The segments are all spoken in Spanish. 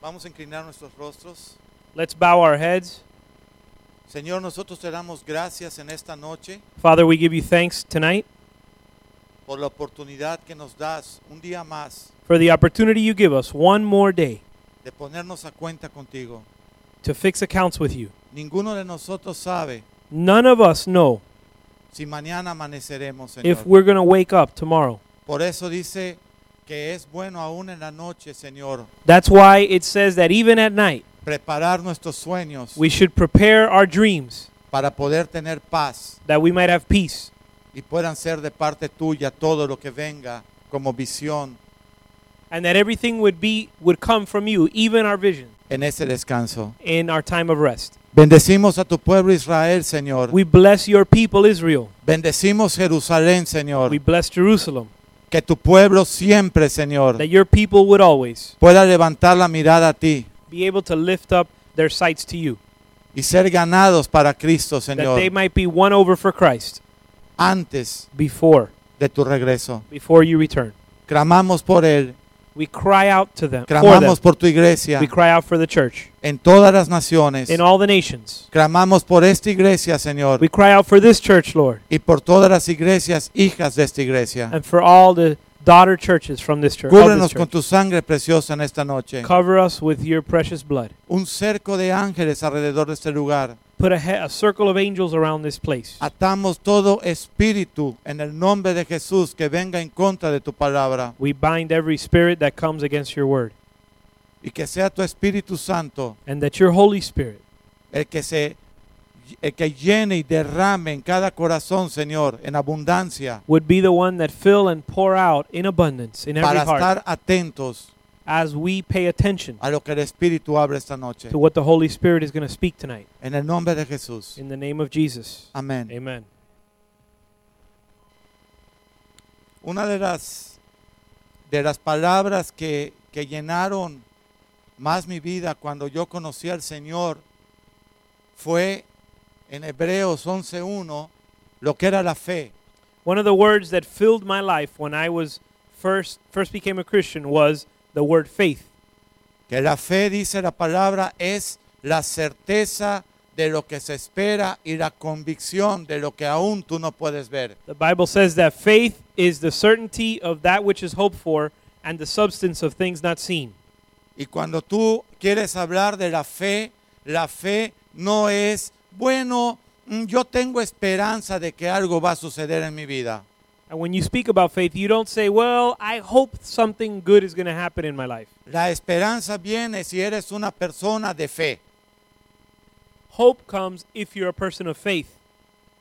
Vamos a inclinar nuestros rostros. Let's bow our heads. Señor, nosotros te damos gracias en esta noche Father, we give you thanks tonight por la oportunidad que nos das un día más for the opportunity you give us one more day de ponernos a cuenta contigo. to fix accounts with you. Ninguno de nosotros sabe None of us know si mañana amaneceremos, if Señor. we're going to wake up tomorrow. Por eso dice que es bueno aún en la noche, Señor, That's why it says that even at night, preparar nuestros sueños we should prepare our dreams para poder tener paz that we might have peace y puedan ser de parte tuya todo lo que venga como visión and that everything would be would come from you, even our vision en ese descanso. in our time of rest. Bendecimos a tu pueblo Israel, Señor. We bless your people Israel. Bendecimos Jerusalén, Señor. We bless Jerusalem Que tu pueblo siempre, Señor, that your people would always pueda levantar la mirada a ti be able to lift up their sights to you y ser ganados para Cristo, that Señor, they might be won over for Christ antes before de tu regreso. before you return. Clamamos por Él, We cry out to them. For them. clamamos por tu iglesia We cry out for the church en todas las naciones. in all the nations. Clamamos por esta iglesia, Señor, We cry out for this church, Lord, y por todas las iglesias hijas de esta iglesia. and for all the daughter churches from this church. of this Cúbrenos con church. tu sangre preciosa en esta noche. Cover us with your precious blood. Un cerco de ángeles alrededor de este lugar. Put a, he- a circle of angels around this place. Ah. Atamos todo espíritu en el nombre de Jesús que venga en contra de tu palabra We bind every spirit that comes against your word, y que sea tu Espíritu Santo and that your Holy Spirit, el que se el que llene y derrame en cada corazón, Señor, en abundancia would be the one that fill and pour out in abundance in every para heart estar Ah, atentos as we pay attention a lo que el Espíritu habla esta noche. to what the Holy Spirit is going to speak tonight. En el nombre de Jesús. In the name of Jesus. Amén. Amen. Una de las de las palabras que, que llenaron más mi vida cuando yo conocí al Señor fue en Hebreos 11.1 lo que era la fe. One of the words that filled my life when I was first first became a Christian was the word faith. Que la fe, dice la palabra, es la certeza de lo que se espera y la convicción de lo que aún tú no puedes ver. The Bible says that faith is the certainty of that which is hoped for and the substance of things not seen. Y cuando tú quieres hablar de la fe, la fe no es, bueno, mm, yo tengo esperanza de que algo va a suceder en mi vida. And when you speak about faith, you don't say, "Well, I hope something good is going to happen in my life." La esperanza viene si eres una persona de fe. Hope comes if you're a person of faith.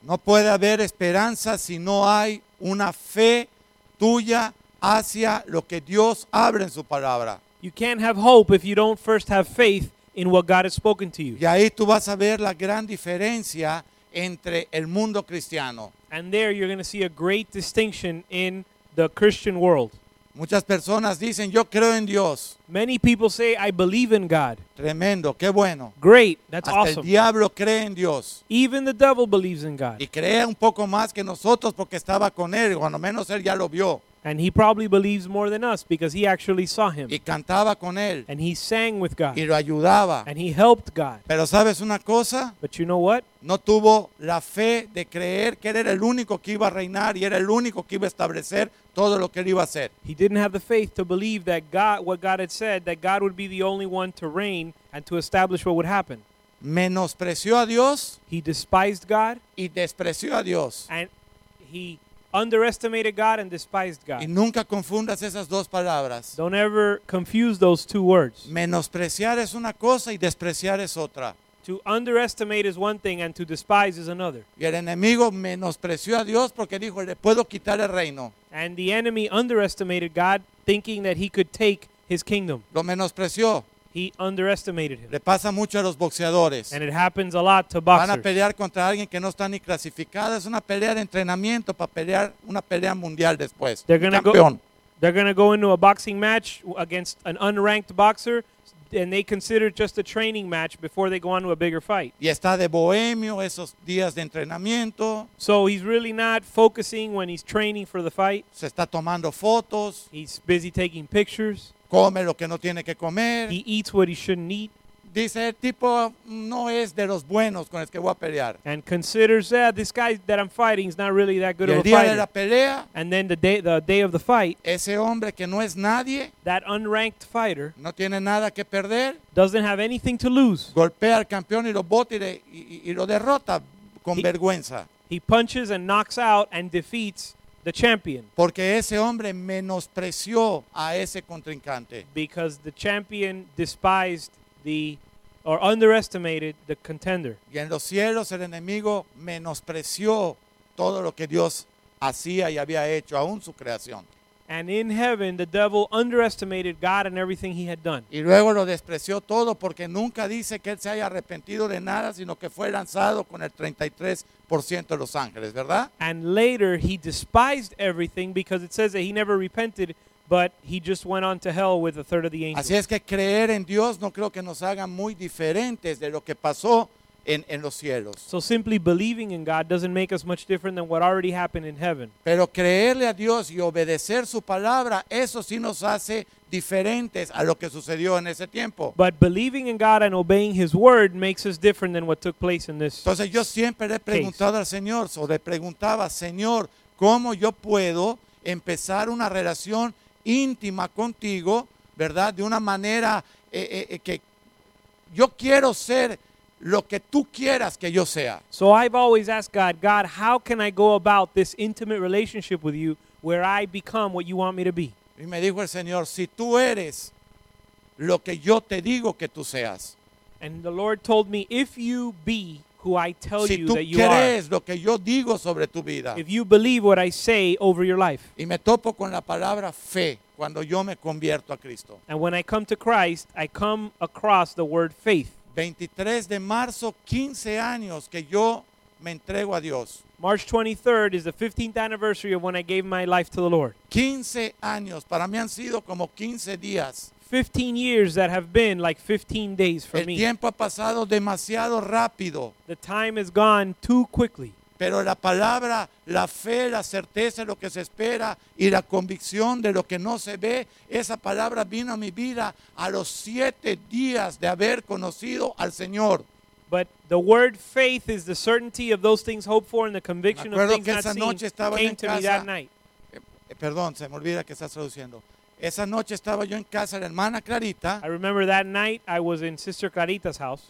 No puede haber esperanza si no hay una fe tuya hacia lo que Dios habla en su palabra. You can't have hope if you don't first have faith in what God has spoken to you. Y ahí tú vas a ver la gran diferencia entre el mundo cristiano. And there you're going to see a great distinction in the Christian world. Muchas personas dicen, yo creo en Dios. Many people say, I believe in God. Tremendo, qué bueno. Great, that's Hasta el awesome. diablo cree en Dios. Even the devil believes in God. Y cree un poco más que nosotros porque estaba con él, cuando menos él ya lo vio. And he probably believes more than us because he actually saw him. Y cantaba con él And he sang with y God. lo ayudaba. And he helped God. Pero sabes una cosa, But you know what? no tuvo la fe de creer que él era el único que iba a reinar y era el único que iba a establecer todo lo que él iba a hacer. He didn't have the faith to believe that God, what God had said, that God would be the only one to reign and to establish what would happen. Menospreció a Dios He despised God y despreció a Dios. and he underestimated God and despised Y God. nunca confundas esas dos palabras. Don't ever confuse those two words. Menospreciar es una cosa y despreciar es otra. To underestimate is one thing and to despise is another. Y el enemigo menospreció a Dios porque dijo, le puedo quitar el reino. And the enemy underestimated God, thinking that he could take his kingdom. Lo menospreció. He underestimated him. Le pasa mucho a los boxeadores. And it happens a lot to Van a boxers. pelear contra alguien que no está ni clasificada. Es una pelea de entrenamiento para pelear una pelea mundial después. They're gonna go- Campeón. They're going to go into a boxing match against an unranked boxer, and they consider it just a training match before they go on to a bigger fight. Y está de bohemio esos días de entrenamiento. So he's really not focusing when he's training for the fight. Se está tomando fotos. He's busy taking pictures. Come lo que no tiene que comer. He eats what he shouldn't eat Dice, el tipo no es de los buenos con el que voy a pelear. and considers that this guy that I'm fighting is not really that good Y of el a día de la fighter. pelea, And then the day, the day of the fight, ese hombre que no es nadie, that unranked fighter no tiene nada que perder, doesn't have anything to lose. golpea al campeón y lo bota y, le- y- y lo derrota con Y- vergüenza. He punches and knocks out and defeats the champion Porque ese hombre menospreció a ese contrincante. because the champion despised the or underestimated the contender. Y en los cielos el enemigo menospreció todo lo que Dios hacía y había hecho, aún su creación. And in heaven, the devil underestimated God and everything he had done. Y luego lo despreció todo porque nunca dice que él se haya arrepentido de nada, sino que fue lanzado con el 33% de los ángeles, ¿verdad? And later, he despised everything because it says that he never repented, but he just went on to hell with a third of the angels. Así es que creer en Dios no creo que nos haga muy diferentes de lo que pasó en, en los cielos. So simply believing in God doesn't make us much different than what already happened in heaven. Pero creerle a Dios y obedecer su palabra, eso sí nos hace diferentes a lo que sucedió en ese tiempo. But believing in God and obeying his word makes us different than what took place in this. Entonces yo siempre le he preguntado al Señor, o le preguntaba, Señor, ¿cómo yo puedo empezar una relación íntima contigo, verdad? De una manera eh, eh, eh, que yo quiero ser lo que tú quieras que yo sea. So I've always asked God, God, how can I go about this intimate relationship with you where I become what you want me to be? Y me dijo el Señor, si tú eres lo que yo te digo que tú seas, And the Lord told me, if you be who I tell si you tú that you crees lo que yo digo sobre tu vida, are, if you believe what I say over your life. y me topo con la palabra fe cuando yo me convierto a Cristo. And when I come to Christ, I come across the word faith. 23 de marzo, 15 años que yo me entrego a Dios. March 23rd is the 15th anniversary of when I gave my life to the Lord. 15 años, para mí han sido como 15 días. 15 years that have been like 15 days for El me. tiempo ha pasado demasiado rápido, The time has gone too quickly. pero la palabra, la fe, la certeza de lo que se espera y la convicción de lo que no se ve, esa palabra vino a mi vida a los siete días de haber conocido al Señor. But the word faith is the certainty of those things hoped for and the conviction Me acuerdo of things que not esa seen noche estaba yo came en to me that casa. night. Eh, Perdón, se me olvida que estás traduciendo. Esa noche estaba yo en casa de la hermana Clarita. I remember that night I was in Sister Carita's house.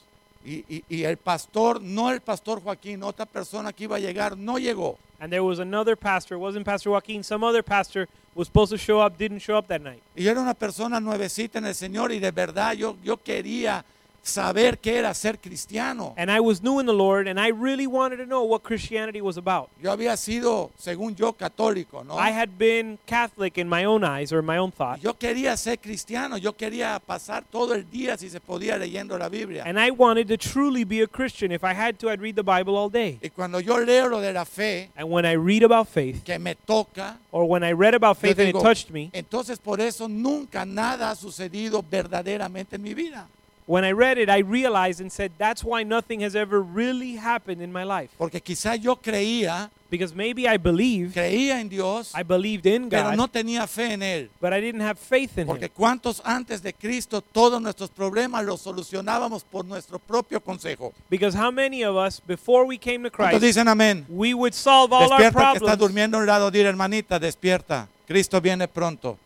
Y, y- y el pastor, no el pastor Joaquín, otra persona que iba a llegar, no llegó. And there was another pastor, it wasn't Pastor Joaquin, some other pastor was supposed to show up, didn't show up that night. Y yo era una persona nuevecita en el Señor y de verdad yo, yo quería saber qué era ser cristiano. And I was new in the Lord and I really wanted to know what Christianity was about. Yo había sido, según yo, católico, ¿no? I had been Catholic in my own eyes or in my own thought. Yo quería ser cristiano, yo quería pasar todo el día, si se podía, leyendo la Biblia. And I wanted to truly be a Christian. If I had to, I'd read the Bible all day. Y cuando yo leo lo de la fe, And when I read about faith, que me toca, or when I read about yo faith and it digo, touched me, entonces por eso nunca nada ha sucedido verdaderamente en mi vida. when I read it, I realized and said, that's why nothing has ever really happened in my life. Porque quizá yo creía, Because maybe I believed, creía en Dios, I believed in pero God, no tenía fe en él. but I didn't have faith in Porque Him. cuántos antes de Cristo todos nuestros problemas los solucionábamos por nuestro propio consejo. Because how many of us, before we came to ¿Cuántos Christ, dicen amén? we would solve all our Despierta que está problems. durmiendo a un lado, dile hermanita, despierta. Cristo viene pronto.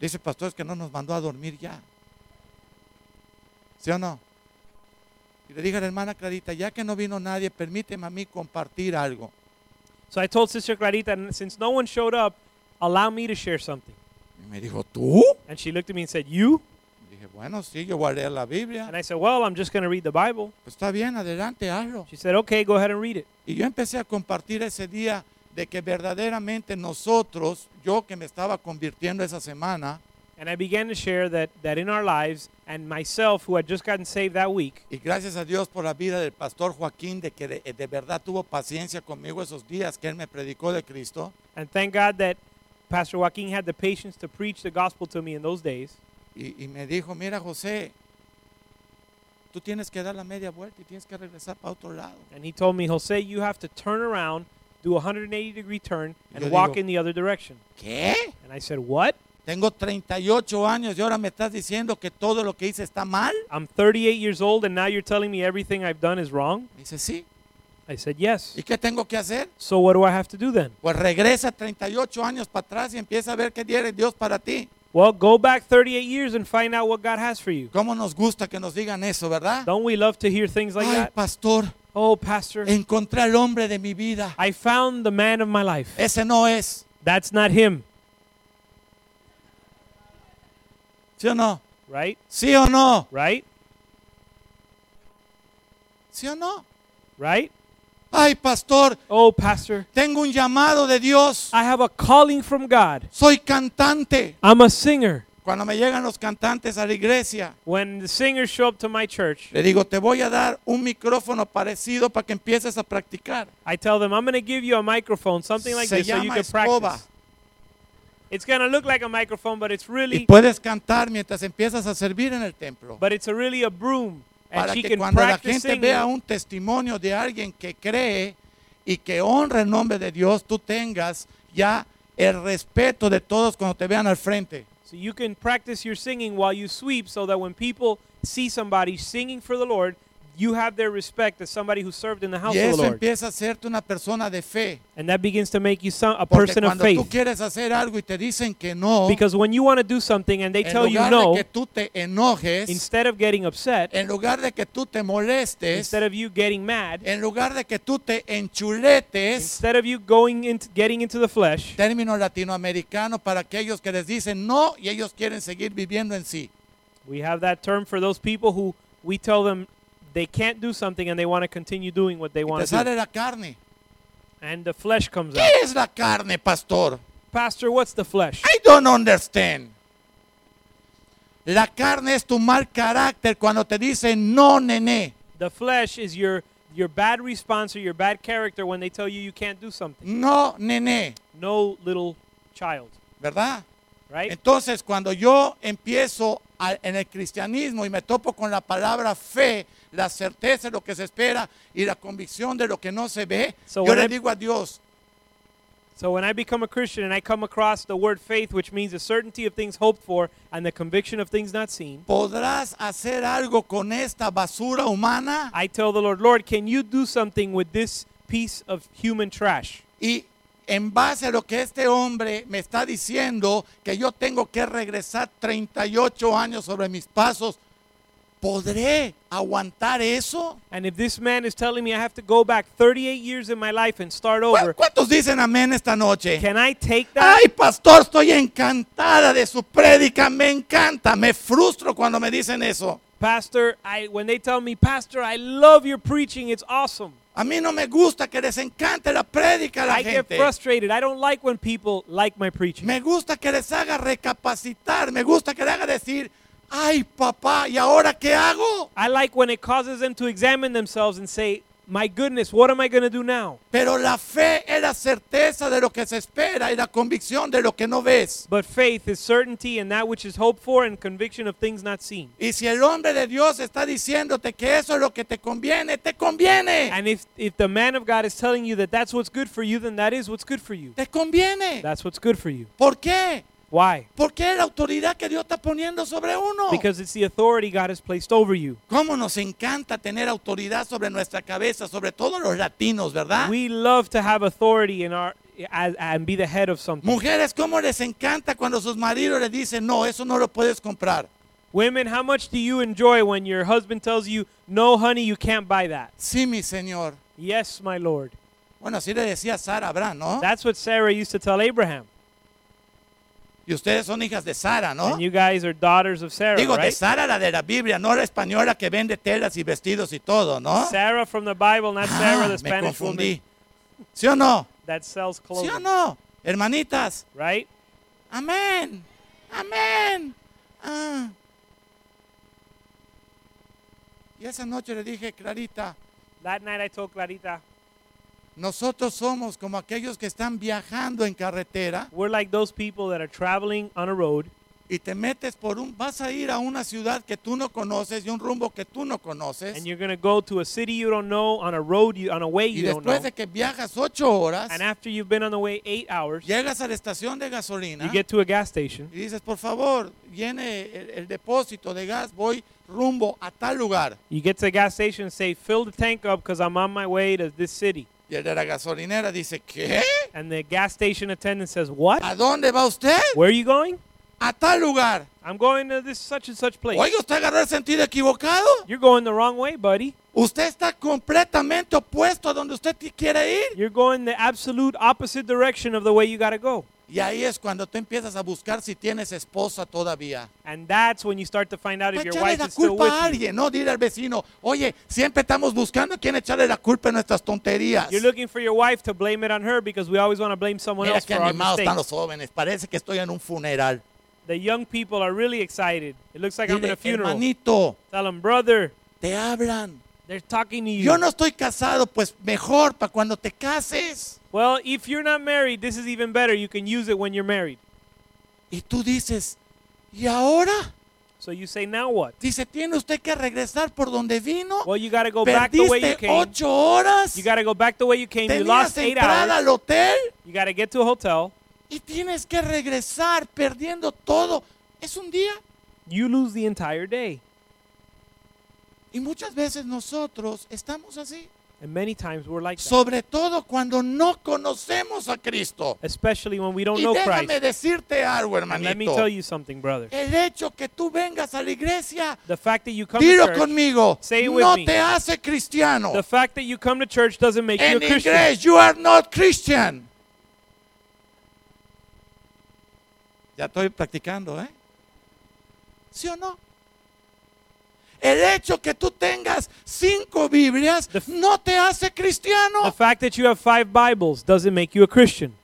Dice pastor, es que no nos mandó a dormir ya. ¿Sí o no? Y le dije a la hermana Clarita, ya que no vino nadie, permíteme a mí compartir algo. So I told Sister Clarita, "N- since no one showed up, allow me to share something. Y me dijo, ¿tú? And she looked at me and said, You? Y dije, bueno, sí, yo voy a leer la Biblia. And I said, Well, I'm just going to read the Bible. Pues está bien, adelante, hazlo. She said, Okay, go ahead and read it. Y yo empecé a compartir ese día de que verdaderamente nosotros, yo que me estaba convirtiendo esa semana, And I began to share that, that in our lives, and myself, who had just gotten saved that week, Y gracias a Dios por la vida del pastor Joaquín, de que de, de verdad tuvo paciencia conmigo esos días que él me predicó de Cristo. and thank God that Pastor Joaquin had the patience to preach the gospel to me in those days. Y, y me dijo, mira José, tú tienes que dar la media vuelta y tienes que regresar para otro lado. And he told me, Jose, you have to turn around, do a 180 degree turn, and Yo walk digo- in the other direction. ¿Qué? And I said, What? Tengo 38 años y ahora me estás diciendo que todo lo que hice está mal. I'm 38 years old, and now you're telling me everything I've done is wrong? Me dice, sí. I said, Yes. ¿Y qué tengo que hacer? So what do I have to do then? Pues regresa 38 años para atrás y empieza a ver qué tiene Dios para ti. Well, go back 38 years and find out what God has for you. ¿Cómo nos gusta que nos digan eso, verdad? Don't we love to hear things like Ay, eh, that? pastor, Oh, Pastor, encontré al hombre de mi vida. I found the man of my life. Ese no es, That's not him, ¿sí o no? right? ¿Sí o no? Right? ¿Sí o no? Right? Ay, pastor, Oh, Pastor, tengo un llamado de Dios. I have a calling from God. Soy cantante. I'm a singer. Cuando me llegan los cantantes a la iglesia, When the singers show up to my church, le digo, te voy a dar un micrófono parecido para que empieces a practicar. I tell them, I'm going to give you a microphone, something like Se this, so you llama can escoba. practice. It's going to look like a microphone, but it's Y really, puedes cantar mientras empiezas a servir en el templo. but it's a really a broom. And Para she que can cuando la practice gente singing. vea un testimonio de alguien que cree y que honra el nombre de Dios, tú tengas ya el respeto de todos cuando te vean al frente. So you can practice your singing while you sweep so that when people see somebody singing for the Lord, you have their respect as somebody who served in the house Y of the eso Lord. empieza a hacerte una persona de fe. And that begins to make you some, a Porque person of cuando tú faith. quieres hacer algo y te dicen que no, Because when you want to do something and they en tell you lugar no, de que tú te enojes, instead of getting upset, en lugar de que tú te molestes, instead of you getting mad, en lugar de que tú te enchuletes, instead of you going into getting into the flesh, término latinoamericano para aquellos que les dicen no y ellos quieren seguir viviendo en sí. we have that term for those people who we tell them they can't do something and they want to continue doing what they Y te want to do. sale la carne. And the flesh comes ¿Qué out. es la carne, pastor? Pastor, what's the flesh? I don't understand. La carne es tu mal carácter cuando te dicen no, nene. The flesh is your your bad response or your bad character when they tell you you can't do something. No, nene. No little child, ¿Verdad? right? Entonces, cuando yo empiezo a- en el cristianismo y me topo con la palabra fe, la certeza de lo que se espera y la convicción de lo que no se ve, So yo when le I- digo a Dios, So when I become a Christian and I come across the word faith, which means the certainty of things hoped for and the conviction of things not seen, ¿podrás hacer algo con esta basura humana? I tell the Lord, Lord, can you do something with this piece of human trash? Y en base a lo que este hombre me está diciendo, que yo tengo que regresar 38 años sobre mis pasos, ¿podré aguantar eso? And if this man is telling me I have to go back 38 years in my life and start ¿Cu- over, ¿Cuántos dicen amén esta noche? can I take that? Ay, pastor, estoy encantada de su prédica, me encanta, me frustro cuando me dicen eso. Pastor, I when they tell me, Pastor, I love your preaching, it's awesome. A mí no me gusta que les encante la prédica a la I get gente. frustrated. I don't like when people like my preaching. Me gusta que les haga recapacitar, me gusta que le haga decir, ay papá, ¿y ahora qué hago? I like when it causes them to examine themselves and say, "My goodness, what am I going to do now?" Pero la fe es la certeza de lo que se espera y la convicción de lo que no ves. But faith is certainty in that which is hoped for and conviction of things not seen. Y si el hombre de Dios está diciéndote que eso es lo que te conviene, te conviene, And if if the man of God is telling you that that's what's good for you, then that is what's good for you. te conviene. That's what's good for you. ¿Por qué? Why? Porque es la autoridad que Dios está poniendo sobre uno. Because it's the authority God has placed over you. ¿Cómo nos encanta tener autoridad sobre nuestra cabeza, sobre todo los latinos, verdad? We love to have authority in our as, and be the head of something. Mujeres, ¿cómo les encanta cuando sus maridos les dicen, no, eso no lo puedes comprar? Women, how much do you enjoy when your husband tells you, "No, honey, you can't buy that." Sí, mi señor. Yes, my lord. Bueno, así le decía Sara a Abraham, ¿no? That's what Sarah used to tell Abraham. Y ustedes son hijas de Sara, ¿no? And you guys are daughters of Sarah, Digo, de right? Sara la de la Biblia, no la española que vende telas y vestidos y todo, ¿no? Sarah from the Bible, not Sarah Ah, the me Spanish woman confundí. ¿Sí o no? that sells ¿Sí clothing, o no? Hermanitas, right? amén. amén. Ah. Y esa noche le dije, Clarita, That night I told Clarita, nosotros somos como aquellos que están viajando en carretera we're like those people that are traveling on a road y te metes por un, vas a ir a una ciudad que tú no conoces y un rumbo que tú no conoces. and you're going to go to a city you don't know, on a road you on a way Y you don't know. después de que viajas ocho horas, And after you've been on the way 8 hours, llegas a la estación de gasolina you get to a gas station y dices, por favor, viene el, el depósito de gas, voy rumbo a tal lugar. You get to the gas station and say, fill the tank up because I'm on my way to this city. Y el de la gasolinera dice, ¿qué? And the gas station attendant says, what? ¿A dónde va usted? Where are you going? A tal lugar. I'm going to this such and such place. Oiga, usted agarró el sentido equivocado. You're going the wrong way, buddy. Usted está completamente opuesto a donde usted ti- quiere ir. You're going the absolute opposite direction of the way you got to go. Y ahí es cuando tú empiezas a buscar si tienes esposa todavía. And that's when you start to find out Para if your echarle wife la is still culpa a with you. alguien, no dile al vecino, oye, siempre estamos buscando a quién echarle la culpa a nuestras tonterías. You're looking for your wife to blame it on her because we always want to blame someone Mira else qué for our animados están los mistakes. jóvenes, parece que estoy en un funeral. The young people are really excited. It looks like I'm in Dile, a funeral. hermanito, Tell them, brother, te hablan. they're talking to you. Yo no estoy casado, pues mejor para cuando te cases. Well, if you're not married, this is even better. You can use it when you're married. Y tú dices, ¿y ahora? So you say, now what? Dice, tiene usted que regresar por donde vino. Well, you got to go back the way you Perdiste came. ocho horas. You got to go back the way you came. You Tenías lost eight entrada al hours. hotel You got to get to a hotel. y tienes que regresar perdiendo todo. Es un día. You lose the entire day. Y muchas veces nosotros estamos así. And many times we're like that. Sobre todo cuando no conocemos a Cristo. Especially when we don't Y know déjame Christ. decirte algo, And let me hermanito. Eh, tell you something, brother. El hecho que tú vengas a la iglesia, The fact that you come to dilo church, conmigo, Say it with no me. te hace cristiano. the fact that you come to church doesn't make you a En Christian. inglés, you are not Christian. Ya estoy practicando, ¿eh? ¿Sí o no? El hecho que tú tengas cinco Biblias The f- no te hace The cristiano. fact that you have five Bibles doesn't make you a Christian.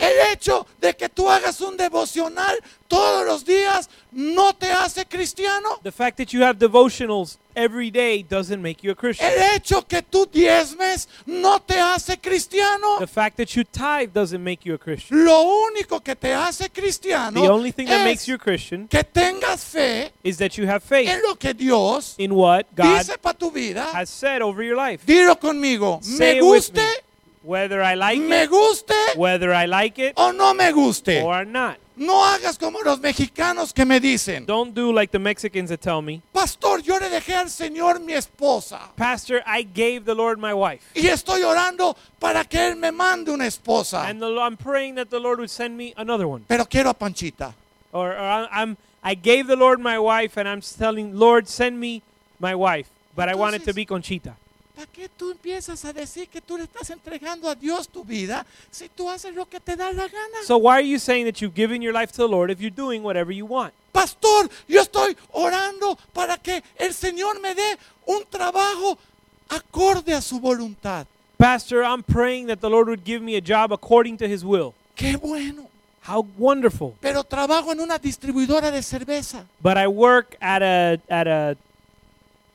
El hecho de que tú hagas un devocional todos los días no te hace cristiano. The fact that you have devotionals every day doesn't make you a Christian. El hecho que tú diezmes no te hace cristiano. The fact that you tithe doesn't make you a Christian. Lo único que te hace cristiano The only thing that es makes you a Christian que tengas fe is that you have faith en lo que Dios in what God dice para tu vida. has said over your life. Dilo conmigo, Say me it with me. guste, Whether I like me it, guste whether I like it o no me guste. or not. No hagas como los mexicanos que me dicen, Don't do like the Mexicans that tell me, pastor, yo le dejé al Señor mi esposa Pastor, I gave the Lord my wife. y estoy orando para que Él me mande una esposa. And the, Lo- I'm praying that the Lord would send me another one. Pero quiero a Panchita. Or, or I- I'm, I gave the Lord my wife and I'm telling, Lord, send me my wife. But I want it to Entonces- be Conchita. ¿Para qué tú empiezas a decir que tú le estás entregando a Dios tu vida si tú haces lo que te da la gana? So why are you saying that you've given your life to the Lord if you're doing whatever you want? Pastor, yo estoy orando para que el Señor me dé un trabajo acorde a su voluntad. Pastor, I'm praying that the Lord would give me a job according to his will. Qué bueno. How wonderful. Pero trabajo en una distribuidora de cerveza. But I work at a at a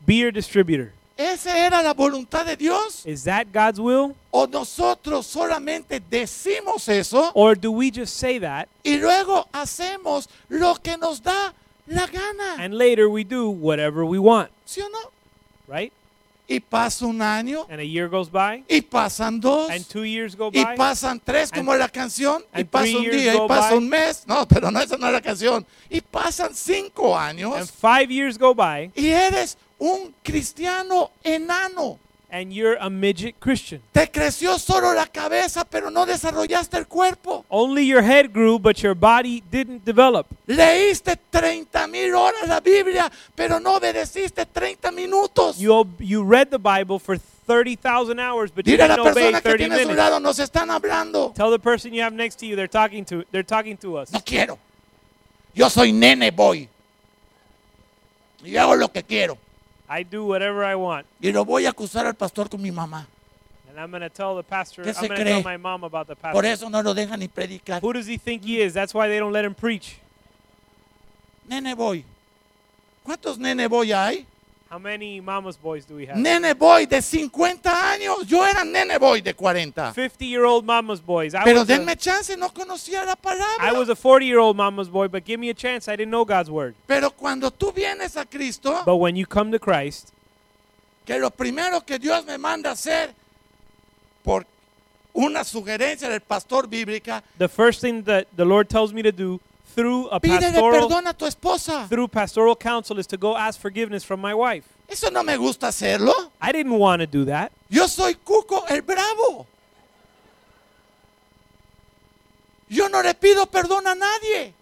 beer distributor. ¿Esa era la voluntad de Dios? Is that God's will? ¿O nosotros solamente decimos eso Or do we just say that y luego hacemos lo que nos da la gana? and later we do whatever we want, ¿Sí o no? right? Y pasa un año, And a year goes by, y pasan dos, and two years go y by, pasan tres And- como la canción y and pasa three un years día y go pasa by. un mes no pero no esa no es la canción y pasan cinco and años five years go by, y eres un cristiano enano and you're a midget Christian. te creció solo la cabeza pero no desarrollaste el cuerpo Only your head grew, but your body didn't develop. leíste 30 mil horas la Biblia pero no obedeciste 30 minutos You ob- you read the Bible for thirty thousand hours, but you dile a la didn't obey persona que thirty tiene a su minutes. lado nos están hablando Tell the person you have next to you they're talking to they're talking to us. no quiero yo soy nene boy y hago lo que quiero I do whatever I want. y lo voy a acusar al pastor con mi mamá. And I'm going to tell the pastor, ¿Qué se I'm going to cree? tell my mom about the pastor. Por eso no lo dejan ni predicar. Who does he think he is? That's why they don't let him preach. Nene Boy. ¿Cuántos Nene Boy hay? How many mama's boys do we have? Nene Boy de 50 años. Yo era Nene Boy de 40. 50 year old mama's boys. I Pero was a- denme chance, no conocía la palabra. I was a 40 year old mama's boy, but give me a chance. I didn't know God's word. Pero cuando tú vienes a Cristo, But when you come to Christ, que lo primero que Dios me manda a hacer por una sugerencia del pastor bíblica, the first thing that the Lord tells me to do through a pídele pastoral perdón a tu esposa. through pastoral counsel is to go ask forgiveness from my wife. Eso no me gusta hacerlo. I didn't want to do that. Yo soy Cuco el Bravo. Yo no le pido perdón a nadie.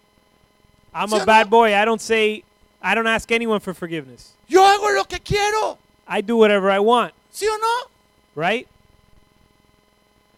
I'm Sí o a no? bad boy. I don't say I don't ask anyone for forgiveness. Yo hago lo que quiero. I do whatever I want, ¿Sí o no? right?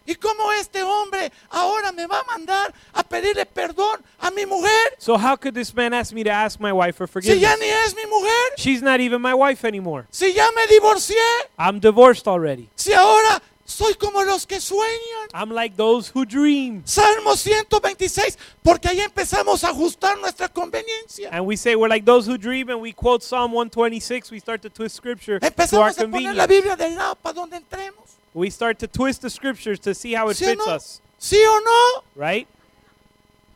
¿Y cómo este hombre ahora me va a mandar a pedirle perdón a mi mujer? So how could this man ask me to ask my wife for Si ya forgiveness? ni es mi mujer. She's not even my wife anymore. Si ya me divorcié. I'm divorced already. Si ahora soy como los que sueñan. I'm like those who dream. Salmo 126, porque ahí empezamos a ajustar nuestra conveniencia. And we say we're like those who dream and we quote Psalm 126. We start to twist scripture to our Empezamos a poner la convenience. Biblia del lado para donde entremos. We start to twist the scriptures to see how it ¿Sí o fits no? us, ¿Sí o no? right?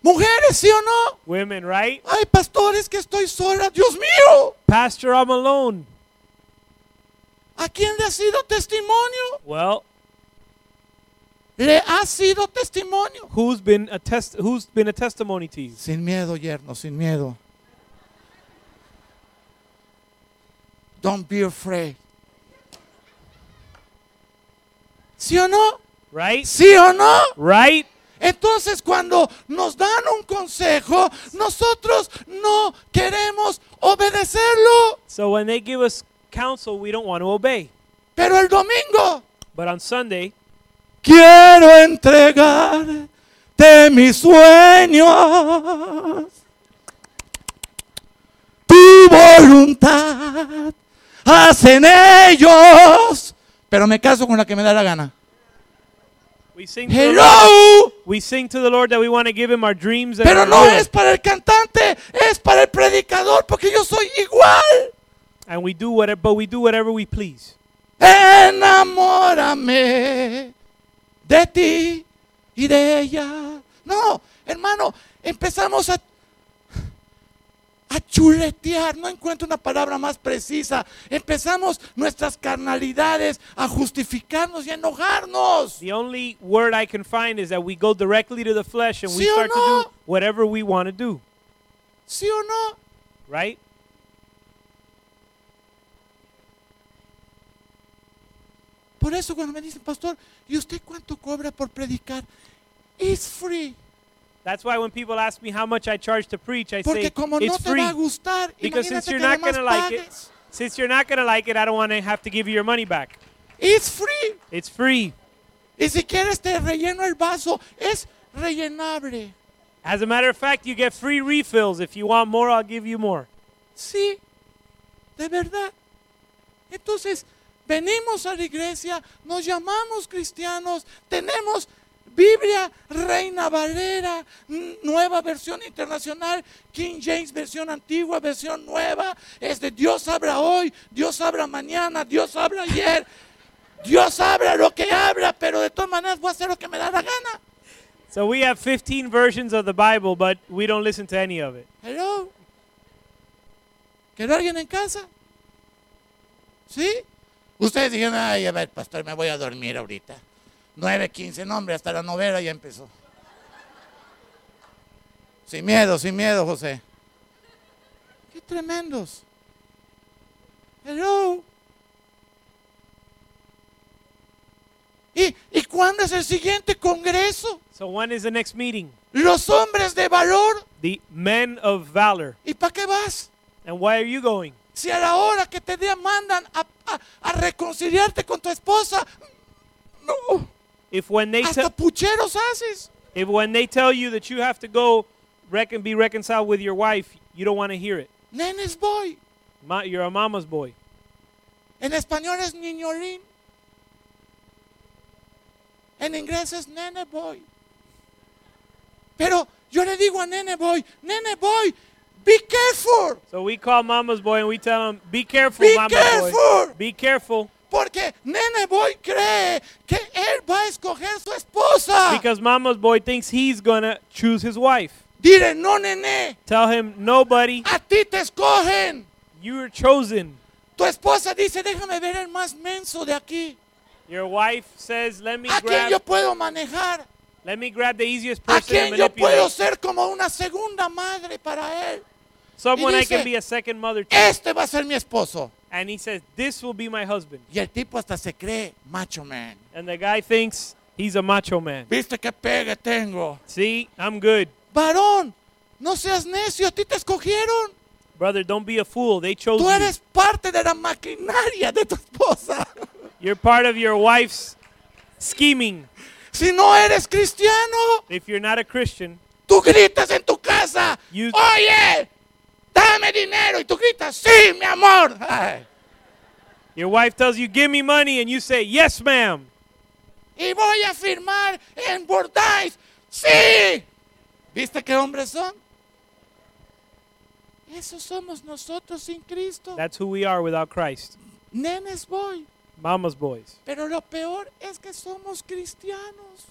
Mujeres, ¿sí o no? Women, right? Hay pastores que estoy sola. Dios mío, Pastor, I'm alone. ¿a quién le ha sido testimonio? Well, Le ha sido testimonio. who's been a test who's been a testimony to you? Sin miedo, yerno, sin miedo. Don't be afraid. ¿Sí o no? Right? ¿Sí o no? Right? Entonces cuando nos dan un consejo, nosotros no queremos obedecerlo. So when they give us counsel, we don't want to obey. Pero el domingo But on Sunday, Quiero entregarte mis sueños, tu voluntad, hacen ellos. Pero me caso con la que me da la gana. we sing to the Lord. Hello, We sing to the Lord that we want to give him our dreams and pero our no will. es para el cantante, es para el predicador, porque yo soy igual. and we do whatever but we do whatever we please. Enamórame de ti y de ella. No, hermano, empezamos a, a chuletear. No encuentro una palabra más precisa. Empezamos nuestras carnalidades a justificarnos y a enojarnos. The only word I can find is that we go directly to the flesh and we ¿Sí o start no? to do whatever we want to do, ¿Sí o no? right? Por eso cuando me dicen, pastor, ¿y usted cuánto cobra por predicar? It's free. That's why when people ask me how much I charge to preach, I say Porque como no it's te free. va a gustar, because since imagínate you're que not además gonna like it, pagues. since you're not gonna like it, I don't want to have to give you your money back. It's free. It's free. Y si quieres te relleno el vaso, es rellenable. As a matter of fact, you get free refills. If you want more, I'll give you more. Sí, de verdad. Entonces, venimos a la iglesia, nos llamamos cristianos, tenemos Biblia, Reina Valera, n- nueva versión internacional, King James, versión antigua, versión nueva. Es de Dios habla hoy, Dios habla mañana, Dios habla ayer. Dios habla lo que habla, pero de todas maneras voy a hacer lo que me da la gana. So we have 15 versions of the Bible, but we don't listen to any of it. Hello. ¿Quedó alguien en casa? ¿Sí? Ustedes dijeron, ay, a ver, pastor, me voy a dormir ahorita. 9.15, no, hombre, hasta la novela ya empezó. Sin miedo, sin miedo, José. Qué tremendos. Hello. ¿Y, ¿Y cuándo es el siguiente congreso? So when is the next meeting? Los hombres de valor. The men of valor. ¿Y para qué vas? And why are you going? Si a la hora que te día mandan a, a- a reconciliarte con tu esposa, no, If when they hasta tell pucheros haces. if when they tell you that you have to go recon- be reconciled with your wife, you don't want to hear it. Nenes boy. Ma- you're a mama's boy. En español es niñolín. En inglés es nene boy. Pero yo le digo a nene boy, nene boy, Be careful. So we call Mama's boy and we tell him, "Be careful, Be Mama boy. careful." Be careful." Porque Nene Boy cree que él va a escoger su esposa. Because Mama's boy thinks he's gonna choose his wife. Dile, no, Nene, Tell him, "Nobody, a ti te escogen. you are chosen." Tu esposa dice, déjame ver el más menso de aquí. Your wife says, "Let me ¿A quién yo grab, puedo manejar? let me grab the easiest ¿A person to quién yo puedo manipulate. ser como una segunda madre para él? Someone I can dice, be a second mother to." Este va a ser mi esposo. And he says, "This will be my husband." Y el tipo hasta se cree macho man. And the guy thinks he's a macho man. ¿Viste qué pegue tengo? See, I'm good. Varón, no seas necio, a ti te escogieron. Brother, don't be a fool. They chose Tú you. eres parte de la maquinaria de tu esposa. You're part of your wife's scheming. Si no eres cristiano, If you're not a Christian, tú gritas en tu casa, You- oye, dame dinero. Y tú gritas, sí, mi amor. Ay. your wife tells you, give me money, and you say, yes, ma'am. Y voy a firmar en Bordáis. Sí. ¿Viste qué hombres son? Esos somos nosotros sin Cristo. That's who we are without Christ. Nenes voy. Mama's boys. Pero lo peor es que somos cristianos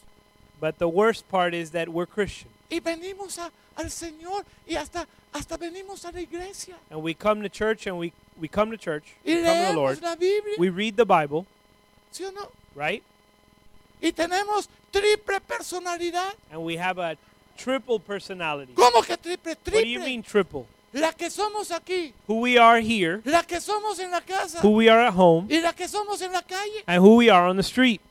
But the worst part is that we're Christian. y venimos a- al Señor y hasta, hasta venimos a la iglesia And we come to church and we, we come to church. y We come to the leemos Lord. la Biblia, We read the Bible, ¿sí o no? right? Y tenemos triple personalidad. And we have a triple personality. What ¿Cómo que triple? do you Triple. mean triple? La que somos aquí, Who we are here, la que somos en la casa who we are at home, y la que somos en la calle. and who we are on the street.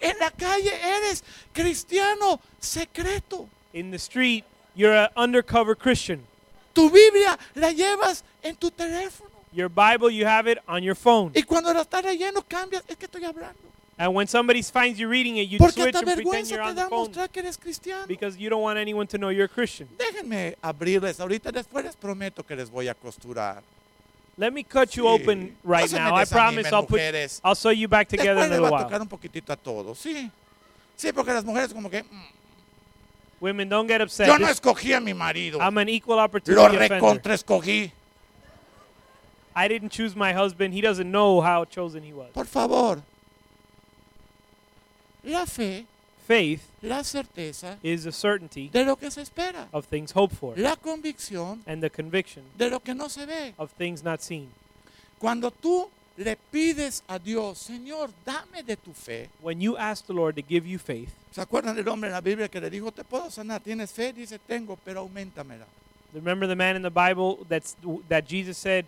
En la calle eres cristiano secreto. In the street, you're an undercover Christian. Tu Biblia la llevas en tu teléfono Your Bible, you have it on your phone. y cuando la estás leyendo cambias. Es que estoy hablando. And when somebody finds you reading it, you Porque switch hasta and pretend vergüenza you're te on the da phone mostrar que eres cristiano. because you don't want anyone to know you're a Christian. Déjenme abrirles ahorita, después les prometo que les voy a costurar. Let me cut you Sí. open No right se me now. I promise desanimen, I'll put mujeres. I'll sew you back together Después les in a va little a while. tocar un poquitito a todos, sí. Sí, porque las mujeres como que, mm, Women, don't get upset. yo no This- escogí a mi marido, I'm an equal lo opportunity offender. recontra escogí. I didn't choose my husband. He doesn't know how chosen he was. Por favor, la fe, Faith la certeza is a certainty de lo que se espera, of things hoped for la convicción and the conviction de lo que no se ve. of things not seen. Cuando tú le pides a Dios, Señor, dame de tu fe. When you ask the Lord to give you faith, ¿Se acuerdan del hombre en la Biblia que le dijo, te puedo sanar? ¿Tienes fe? Dice, tengo, pero aumentamela. Remember the man in the Bible that's that Jesus said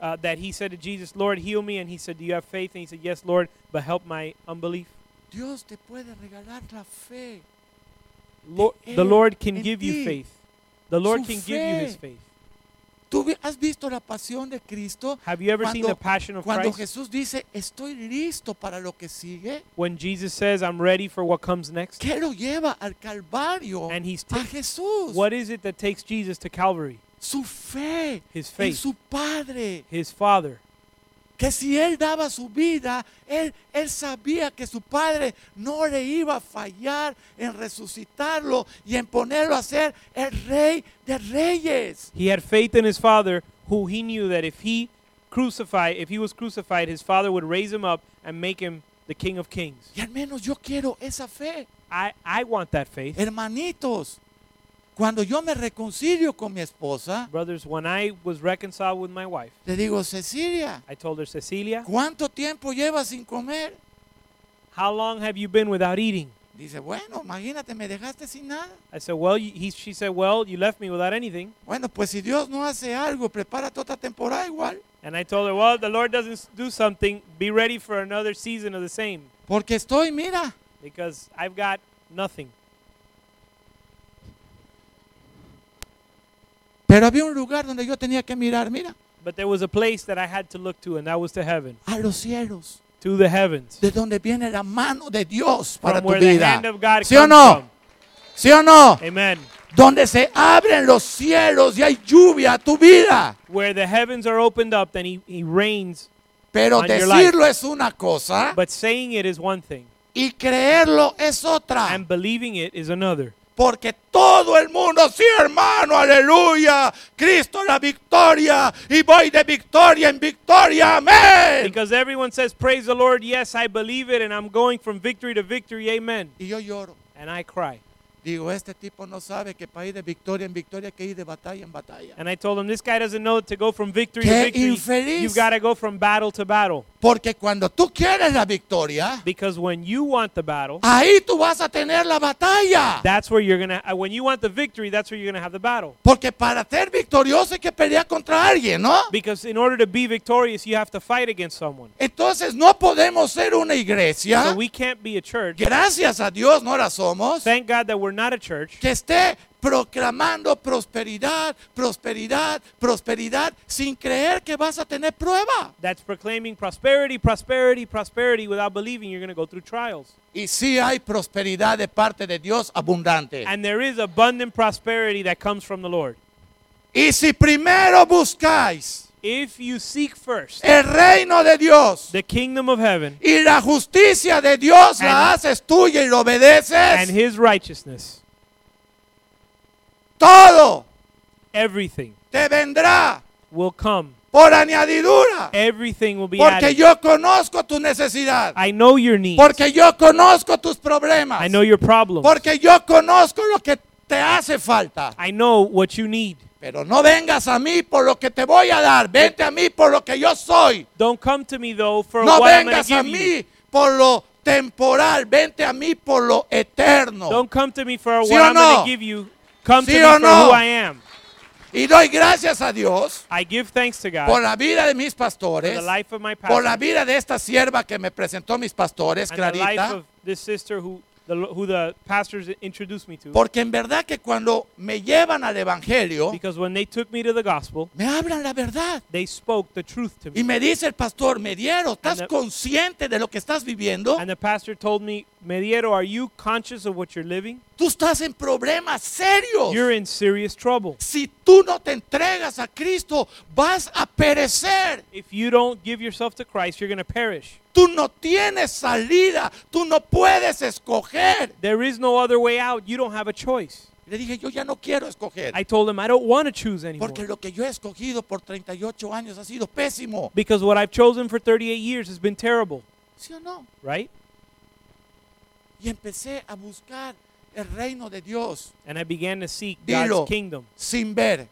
uh, that he said to Jesus, "Lord, heal me," and he said, "Do you have faith?" And he said, "Yes, Lord, but help my unbelief." Dios te puede regalar la fe. Lord, Él the Lord can en give ti. you faith. The Lord Su can give you His fe. faith. ¿Tú vi- has visto la pasión de Cristo? Have you ever seen Cuando- the passion of Cuando Christ? Jesús dice, estoy listo para lo que sigue, When Jesus says, "I'm ready for what comes next," ¿qué Ah, lo lleva al Calvario? And he's a ta- Jesús. what is it that takes Jesus to Calvary? Su fe His en faith, su Padre. His Father. Que si Él daba su vida, él, él sabía que su Padre no le iba a fallar en resucitarlo y en ponerlo a ser el Rey de Reyes. He had faith in His Father, who he knew that if he crucified, if he was crucified, His Father would raise him up and make him the King of Kings. Y al menos yo quiero esa fe. I, I want that faith. Hermanitos, cuando yo me reconcilio con mi esposa, Brothers, when I was reconciled with my wife, le digo, Cecilia, I told her, Cecilia, ¿cuánto tiempo llevas sin comer? how long have you been without eating? Dice, bueno, imagínate, me dejaste sin nada. I said, well, you, he, she said, well, you left me without anything. Bueno, pues si Dios no hace algo, prepárate otra temporada igual. And I told her, well, the Lord doesn't s- do something. Be ready for another season of the same Porque estoy, mira, because I've got nothing. pero había un lugar donde yo tenía que mirar, mira, But there was a place that I had to look to, and that was to heaven, a los cielos, to the heavens, de donde viene la mano de Dios para from tu where the vida. hand of God ¿Sí o comes no? ¿Sí o no? from. Amen. Donde se abren los cielos y hay lluvia a tu vida. Where the heavens are opened up, then he, he reigns. Pero On your decirlo es una cosa But saying it is one thing, y creerlo es otra. and believing it is another. Porque todo el mundo, sí hermano, aleluya. Cristo la victoria y voy de victoria en victoria, amén. Because everyone says, Praise the Lord, yes, I believe it, and I'm going from victory to victory, amen. Y yo lloro. And I cry. Digo, este tipo no sabe que para ir de victoria en victoria, que ir de batalla en batalla. And I told him, This guy doesn't know to go from victory to Qué victory. infeliz. You've got to go from battle to battle. Porque cuando tú quieres la victoria, Because when you want the battle, ahí tú vas a tener la batalla. that's where you're going to, when you want the victory, that's where you're going to have the battle. Porque para ser victorioso hay que pelear contra alguien, ¿no? Because in order to be victorious, you have to fight against someone. Entonces no podemos ser una iglesia, So we can't be a church. gracias a Dios no la somos, Thank God that we're not a church que esté proclamando prosperidad, prosperidad, prosperidad, sin creer que vas a tener prueba. that's proclaiming prosperity, prosperity, prosperity without believing you're going to go through trials. Y sí hay prosperidad de parte de Dios abundante. And there is abundant prosperity that comes from the Lord. Y si primero buscáis If you seek first el reino de Dios the kingdom of heaven y la justicia de Dios la And- haces tuya y lo and obedeces, his righteousness, todo everything te vendrá will come. por añadidura. Everything will be Porque added. yo conozco tu necesidad. I know your needs. Porque yo conozco tus problemas. I know your problems. Porque yo conozco lo que te hace falta. I know what you need. Pero no vengas a mí por lo que te voy a dar. Vente a mí por lo que yo soy. Don't come to me though for No what I'm going to vengas a give you. mí por lo temporal. Vente a mí por lo eterno. Don't come to me for what o I'm no? going to give you. Come Sí to me o for no? who I am. Y doy gracias a Dios I give thanks to God por la vida de mis for the pastores. life of my pastor Por la vida de esta sierva que me presentó mis pastores, and the life Clarita. of this sister who the, who the pastors introduced me to. Porque en verdad que cuando me llevan al Evangelio, Because when they took me to the gospel, me hablan la verdad. they spoke the truth to me. Y me dice el pastor, Mediero, ¿estás And the- consciente de lo que estás viviendo? And the pastor told me, Mediero, are you conscious of what you're living? Tú estás en problemas serios. You're in serious trouble. Si tú no te entregas a Cristo, vas a perecer. If you don't give yourself to Christ, you're going to perish. Tú no tienes salida. Tú no puedes escoger. There is no other way out. You don't have a choice. Le dije, yo ya no quiero escoger. I told him, I don't want to choose anymore. Porque lo que yo he escogido por 38 años ha sido pésimo. Because what I've chosen for 38 years has been terrible, ¿Sí o no? right? Y empecé a buscar el reino de Dios And I began to seek Dilo. God's kingdom. sin ver.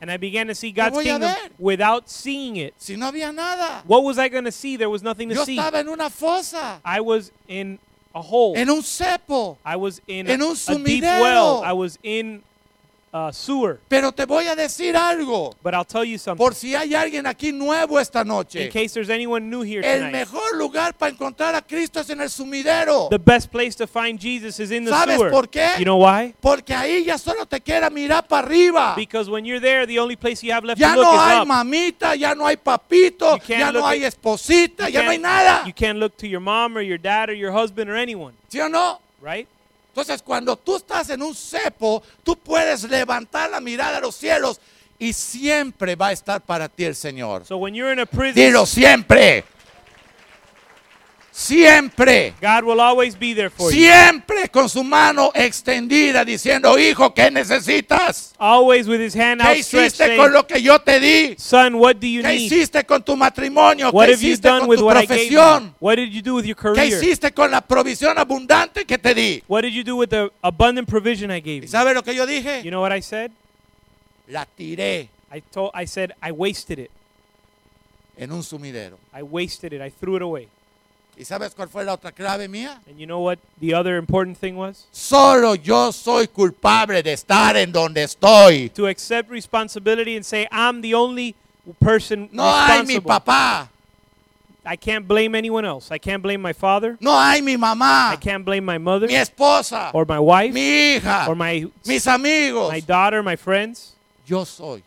And I began to see Lo God's voy a kingdom ver. without seeing it. Si no había nada. What was I going to see? There was nothing to Yo see. estaba en una fosa, I was in a hole. en un cepo. I was in en a, un a deep well. sumidero. I was in a sewer. Pero te voy a decir algo, But I'll tell you something. por si hay alguien aquí nuevo esta in noche. case there's anyone new here El tonight, mejor lugar para encontrar a Cristo es en el sumidero. the best place to find Jesus is in the ¿Sabes sewer. por qué? You know why? Porque ahí ya solo te queda mirar para arriba. Because when you're there, the only place you have left Ah. Ya to look no is hay up. mamita, ya no hay papito, You can't ya no look hay at- esposita, You ya no hay can't- nada. You can't look to your mom or your dad or your husband or anyone, ¿Sí o no? right? Entonces, cuando tú estás en un cepo, tú puedes levantar la mirada a los cielos y siempre va a estar para ti el Señor. So when you're in a prison, Dilo siempre. Siempre. God will always be there for you. Siempre con su mano extendida diciendo, hijo, ¿qué necesitas? Always with his hand ¿Qué outstretched, hiciste saying, con lo que yo te di? Son, what do you ¿Qué need? hiciste con tu matrimonio? What ¿Qué have you hiciste done con with tu what I gave you? profesión? What did you do with your ¿Qué career? hiciste con la provisión abundante que te di? What did you do with the abundant provision I gave ¿Y you? sabes lo que yo You dije? know what I said? La tiré I told I said I wasted it. en un sumidero. I wasted it. I threw it away. ¿Y sabes cuál fue la otra clave mía? And you know what the other important thing was? Solo yo soy culpable de estar en donde estoy. To accept responsibility and say I'm the only person No hay mi responsible. papá, I can't blame anyone else. I can't blame my father. no hay mi I mamá, can't blame my mother mi esposa, or my wife mi hija, or my mis amigos. my daughter, my friends. Yo soy.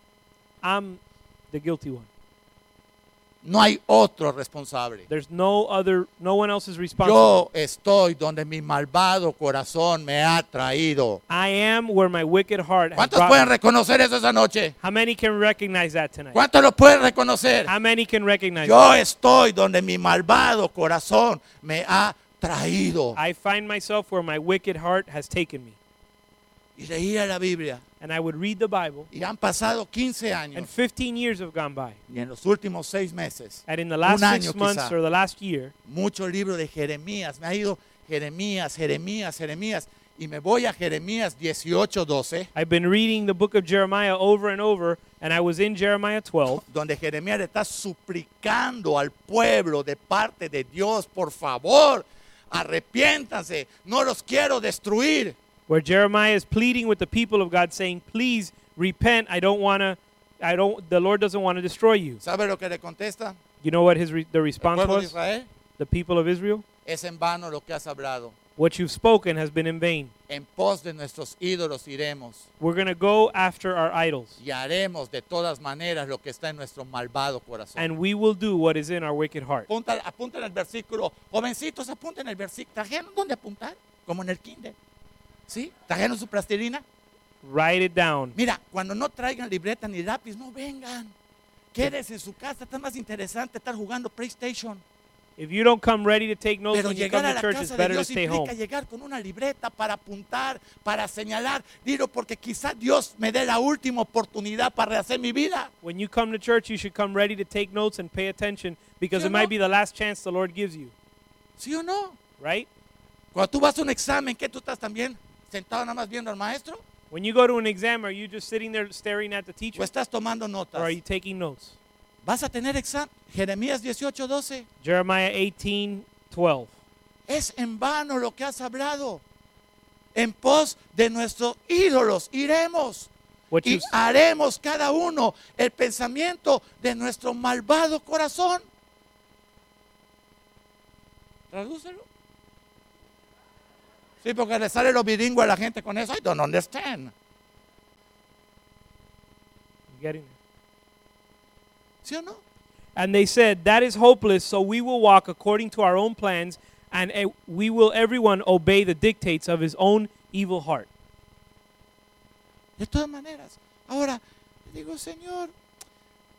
I'm the guilty one. No hay otro responsable. There's no other no one else is responsible. Yo estoy donde mi malvado corazón me ha traído. I am where my wicked heart has ¿Cuántos brought pueden me. reconocer eso esa noche? How many can recognize that tonight? ¿Cuántos lo pueden reconocer? How many can recognize that? Yo estoy donde mi malvado corazón me ha traído. Ah. I find myself where my wicked heart has taken me. y leía la Biblia. and I would read the Bible. Y han pasado 15 And años 15 years have gone by. y en los últimos seis meses, And in the last Un six año, months quizá. or the last year, mucho libro de Jeremías. Me ha ido Jeremías, Jeremías, Jeremías. Y me voy a Jeremías 18, 12, I've been reading the book of Jeremiah over and over, and I was in Jeremiah 12, donde Jeremías le está suplicando al pueblo de parte de Dios, por favor, arrepiéntanse, no los quiero destruir. where Jeremiah is pleading with the people of God, saying, "Please repent. I don't want to. I don't. The Lord doesn't want to destroy you." ¿Sabe lo que le contesta? You know what his re- the El response pueblo de was? Israel, The people of Israel, es en vano lo que has hablado. what you've spoken has been in vain. En pos de nuestros ídolos iremos We're gonna go after our idols, y haremos de todas maneras lo que está en nuestro malvado corazón. and we will do what is in our wicked heart. Apunta, apunten el versículo. Jovencitos, apunten el versículo. ¿Trajeron dónde apuntar? Como en el kinder. ¿Sí? ¿Trajeron su plastilina? Write it down. Mira, cuando no traigan libreta ni lápiz, no vengan. Quédense en su casa. Está más interesante estar jugando PlayStation. If you don't come ready to take notes Pero when you llegar a come to la church, it's casa de better to Dios stay implica home. llegar con una libreta para apuntar, para señalar. Dilo, porque quizás Dios me dé la última oportunidad para rehacer mi vida. When you come to church, you should come ready to take notes and pay attention because ¿Sí o it might no? be the last chance the Lord gives you, ¿Sí o no? right? Cuando tú vas a un examen, ¿qué tú estás también sentado nada más viendo al maestro? When you go to an exam, are you just sitting there staring at the teacher ¿O estás tomando notas? or are you taking notes? Vas a tener examen. Jeremías 18, 12. Jeremiah 18, 12. Es en vano lo que has hablado. En pos de nuestros ídolos iremos What y you, haremos cada uno el pensamiento de nuestro malvado corazón. Tradúcelo. Sí, porque le sale lo bilingüe a la gente con eso. I don't understand. getting ¿Sí o no? And they said, That is hopeless, so we will walk according to our own plans, and eh, we will everyone obey the dictates of his own evil heart. De todas maneras. Ahora, le digo, Señor,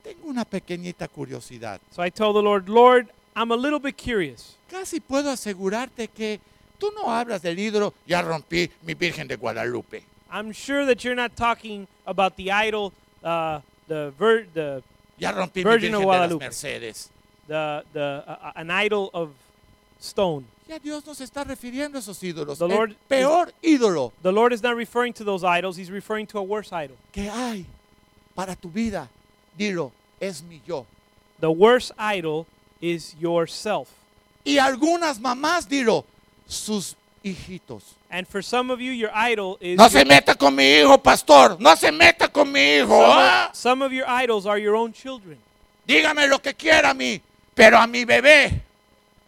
tengo una pequeñita curiosidad. So I told the Lord, Lord, I'm a little bit curious. Casi puedo asegurarte que tú no hablas del ídolo, ya rompí mi Virgen de Guadalupe. I'm sure that you're not talking about the idol, uh, the ver- the Ya rompí Virgen mi of Virgen de las Guadalupe. Mercedes. the the uh, an idol of stone. Ya Dios nos está refiriendo a esos ídolos. The El Lord peor ídolo The Lord is not referring to those idols; He's referring to a worse idol. que hay para tu vida, dilo, es mi yo. The worst idol is yourself. Y algunas mamás, dilo, sus hijitos. And for some of you, your idol is No your- se meta con mi hijo, pastor. No se meta con mi hijo. some, ah. of, some of your idols are your own children. Dígame lo que quiera a mí, pero a mi bebé,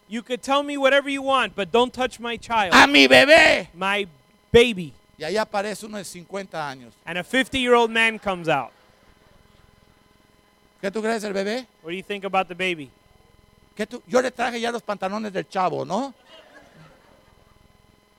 You could tell me whatever you want, but don't touch my child, a mi bebé. my baby. Y ahí aparece uno de 50 años. And a 50-year-old man comes out. ¿Qué tú crees del bebé? What do you think about the baby? ¿Qué tú- Yo le traje ya los pantalones del chavo, ¿no?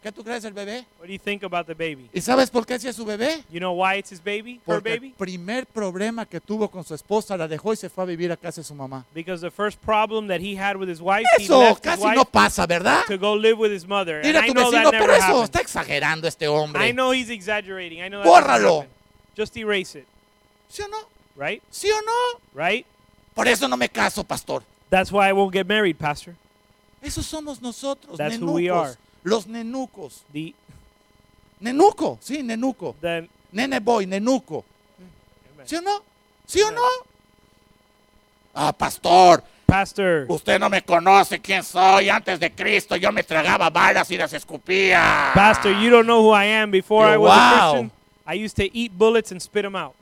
¿Qué tú crees del bebé? What do you think about the baby? ¿Y sabes por qué si es su bebé? You know why it's his baby, her Porque el baby? primer problema que tuvo con su esposa la dejó y se fue a vivir a casa de su mamá. Because the first problem that he had with his wife, he Eso left his casi wife no pasa, ¿verdad? to go live with his mother. And Mira a I tu know that vecino, pero never eso está happened. exagerando este I hombre. know he's exaggerating. I know that never Bórralo. happened. Just erase it, ¿Sí o no? right? ¿Sí o no? Right? Por eso no me caso, pastor. That's why I won't get married, pastor. Esos somos nosotros, That's who nenucos. we are. Los nenucos. The Nenuco, sí, nenuco. the Nene boy, nenuco. ¿Sí o no? ¿Sí o no? Ah, pastor, pastor, usted no me conoce quién soy. Antes de Cristo yo me tragaba balas y las escupía. pastor, you don't know who I am. Before I Yo, was a wow. Christian, I used to eat bullets and spit them out.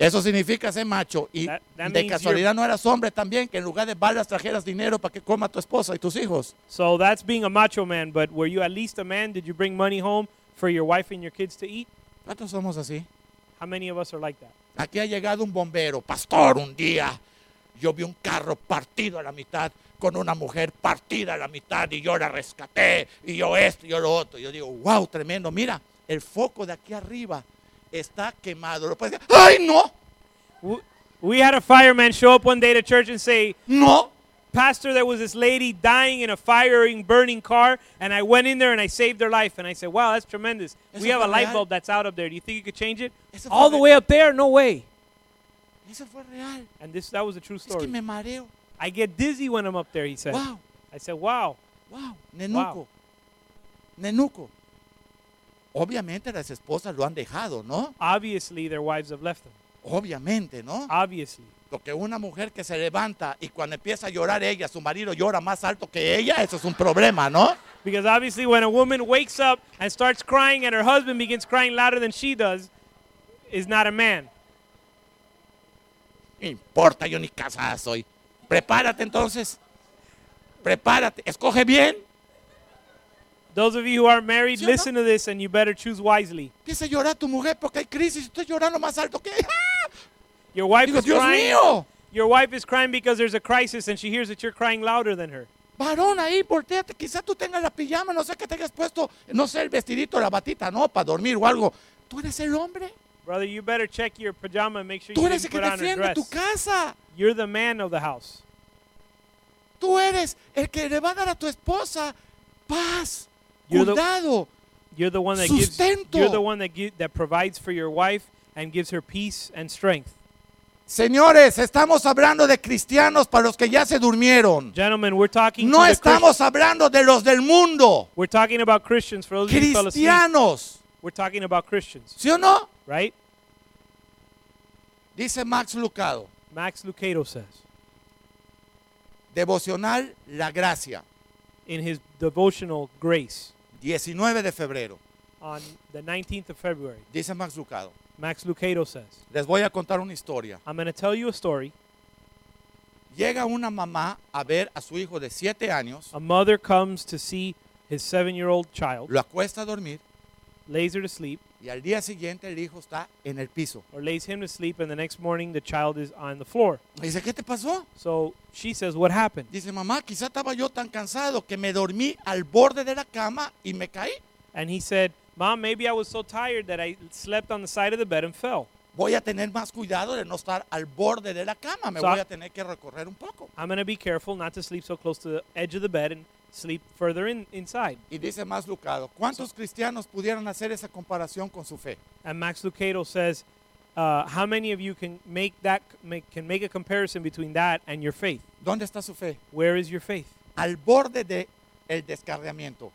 Eso significa ser macho. Y That- that de means casualidad no eras hombre también, que en lugar de balas trajeras dinero para que coma tu esposa y tus hijos. So that's being a macho man. But were you at least a man? Did you bring money home for your wife and your kids to eat? ¿Cuántos somos así? How many of us are like that? Aquí ha llegado un bombero, pastor, un día. Yo vi un carro partido a la mitad con una mujer partida a la mitad y yo la rescaté y yo esto y yo lo otro. Yo digo, wow, tremendo. Mira, el foco de aquí arriba está quemado. Lo puedes decir, ¡ay, no! W- We had a fireman show up one day to church and say, ¡No! Pastor, there was this lady dying in a firing, burning car, and I went in there and I saved her life. And I said, wow, that's tremendous. Eso We have fue a light real. bulb that's out up there. Do you think you could change it? Eso fue All the real. way up there? No way. Eso fue real. And this that was a true Es que story. me mareo. I get dizzy when I'm up there, he said. Wow, I said, wow. wow. Nenuco. Nenuco. Obviamente las esposas lo han dejado, ¿no? Obviously, their wives have left them. Obviamente, ¿no? Obviously. Lo que una mujer que se levanta y cuando empieza a llorar ella, su marido llora más alto que ella, eso es un problema, ¿no? Because obviously, when a woman wakes up and starts crying and her husband begins crying louder than she does, is not a man. No importa, yo ni casada soy. Prepárate entonces. Prepárate. Escoge bien. Those of you who aren't married, ¿Sí o no? listen to this and you better choose wisely. Empieza a llorar tu mujer porque hay crisis. Estoy llorando más alto que ella. Your wife Digo, is Dios crying. mío. Your wife is crying because there's a crisis and she hears that you're crying louder than her. Varón, ahí, volteate. Quizás tú tengas la pijama, no sé que tengas puesto, no sé, el vestidito, la batita, no, para dormir o algo. Tú eres el hombre. Brother, you better check your pajama and make sure you Tú eres didn't el que put on her defiende dress. tu casa. You're the man of the house. Tú eres el que le va a dar a tu esposa paz, You're the- cuidado. You're the one that gives. Sustento. You're the one that gi- that provides for your wife and gives her peace and strength. Señores, estamos hablando de cristianos para los que ya se durmieron. Gentlemen, we're talking. No to the Christ- estamos hablando de los del mundo. we're talking about Christians. For those of you who fell asleep, Cristianos. we're talking about Christians, ¿Sí o no? right? Dice Max Lucado. Max Lucado says Devocional La Gracia, in his devotional Grace 19 de febrero. on the 19th of February. Dice Max Lucado. Max Lucado says, Les voy a contar una historia. "I'm going to tell you a story. Llega una mamá a ver a su hijo de 7 años, A mother comes to see his seven-year-old child, lo acuesta a dormir lays her to sleep, y al día siguiente el hijo está en el piso. or lays him to sleep, and the next morning the child is on the floor. Dice, ¿qué te pasó? So she says, "What happened?" Dice, mamá, quizá estaba yo tan cansado que me dormí al borde de la cama y me caí. And he said, Mom, maybe I was so tired that I slept on the side of the bed and fell. Voy a tener más cuidado de no estar al borde de la cama. Me So- voy a tener que recorrer un poco. I'm going to be careful not to sleep so close to the edge of the bed and sleep further in, inside. Y dice más Lucado, ¿cuántos cristianos pudieran hacer esa comparación con su fe? And Max Lucado says, uh, How many of you can make, that, make, can make a comparison between that and your faith? ¿Dónde está su fe? Where is your faith? Al borde de el descarriamiento,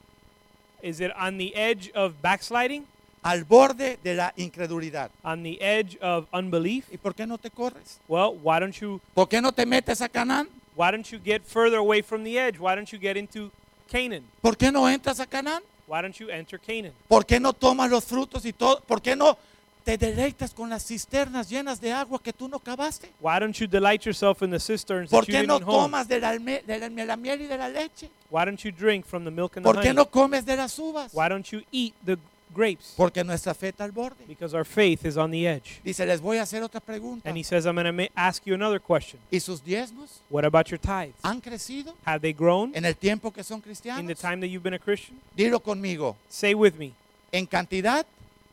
Is it on the edge of backsliding? al borde de la incredulidad. On the edge of unbelief? ¿Y por qué no te corres? Well, why don't you ¿Por qué no te metes a Canaán? why don't you get further away from the edge? Why don't you get into Canaan? ¿Por qué no entras a Canaán? Why don't you enter Canaan? ¿Por qué no tomas los frutos y todo? ¿Por qué no te deleitas con las cisternas llenas de agua que tú no cavaste? Why don't you delight yourself in the cisterns ¿Por that you qué no didn't home? tomas de la, alme- de la- de la miel y de la leche? Why don't you drink from the milk and the ¿Por qué honey? no comes de las uvas? Why don't you eat the grapes? Porque nuestra fe está al borde. Because our faith is on the edge. Dice, les voy a hacer otra pregunta. And he says, I'm going to ma- ask you another question. ¿Y sus diezmos What about your tithes? han crecido Have they grown en el tiempo que son in the cristianos? time that you've been a Christian? Dilo conmigo, Say with me, en cantidad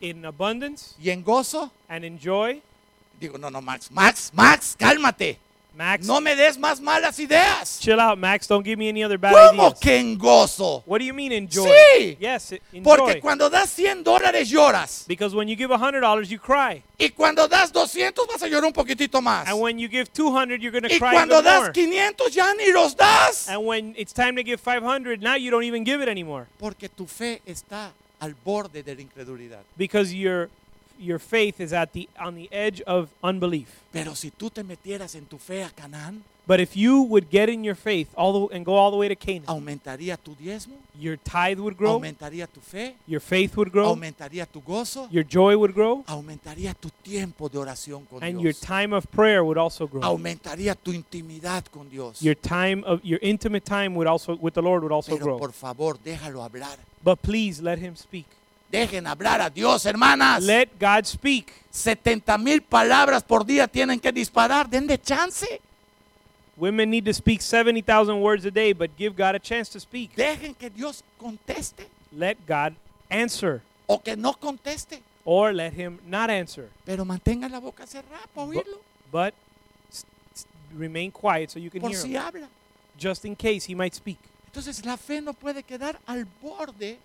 in abundance y en gozo. and in joy. Digo, no, no, Max, Max, Max, cálmate. Max, No me des más malas ideas. chill out, Max. Don't give me any other bad ¿Cómo ideas. que en gozo? What do you mean enjoy? Sí. Yes, i- enjoy. Porque cuando das 100 dólares lloras. because when you give $100, you cry. Y cuando das 200 vas a llorar un poquitito más. And when you give 200, you're going to Y cry even cuando das more. 500 ya ni los das. And when it's time to give 500, now you don't even give it anymore Porque tu fe está al borde de la incredulidad. because your your faith is at the on the edge of unbelief. Pero si tú te metieras en tu fe a Canaán, But if you would get in your faith all the, and go all the way to Canaan, aumentaría tu diezmo, your tithe would grow, aumentaría tu fe, your faith would grow, aumentaría tu gozo, your joy would grow, aumentaría tu tiempo de oración con and your Dios, time of prayer would also grow. aumentaría tu intimidad con Dios. Your time of your intimate time would also with the Lord would also Pero grow. por favor, déjalo hablar. But please let him speak. Dejen hablar a Dios, hermanas. Let God speak. 70 mil palabras por día tienen que disparar. Denle chance. Women need to speak 70,000 words a day, but give God a chance to speak. Dejen que Dios conteste Let God answer. o que no conteste. or let him not answer. Pero mantengan la boca cerrada para Bu- oírlo. But s- s- remain quiet so you can Por hear si him, habla. just in case he might speak. Entonces la fe no puede quedar al borde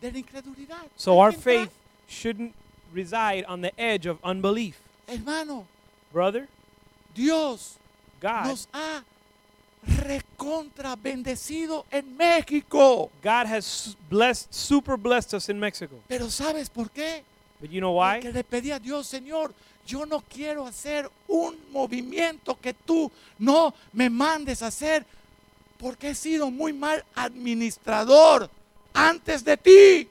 de la incredulidad. So Hay our que entrar. faith shouldn't reside on the edge of unbelief. hermano, Brother, Dios God, nos ha recontra bendecido en México. God has s- blessed, super blessed us in Mexico. Pero ¿sabes por qué? But you know why? Porque le pedí a Dios, Señor, yo no quiero hacer un movimiento que tú no me mandes a hacer porque he sido muy mal administrador antes de ti.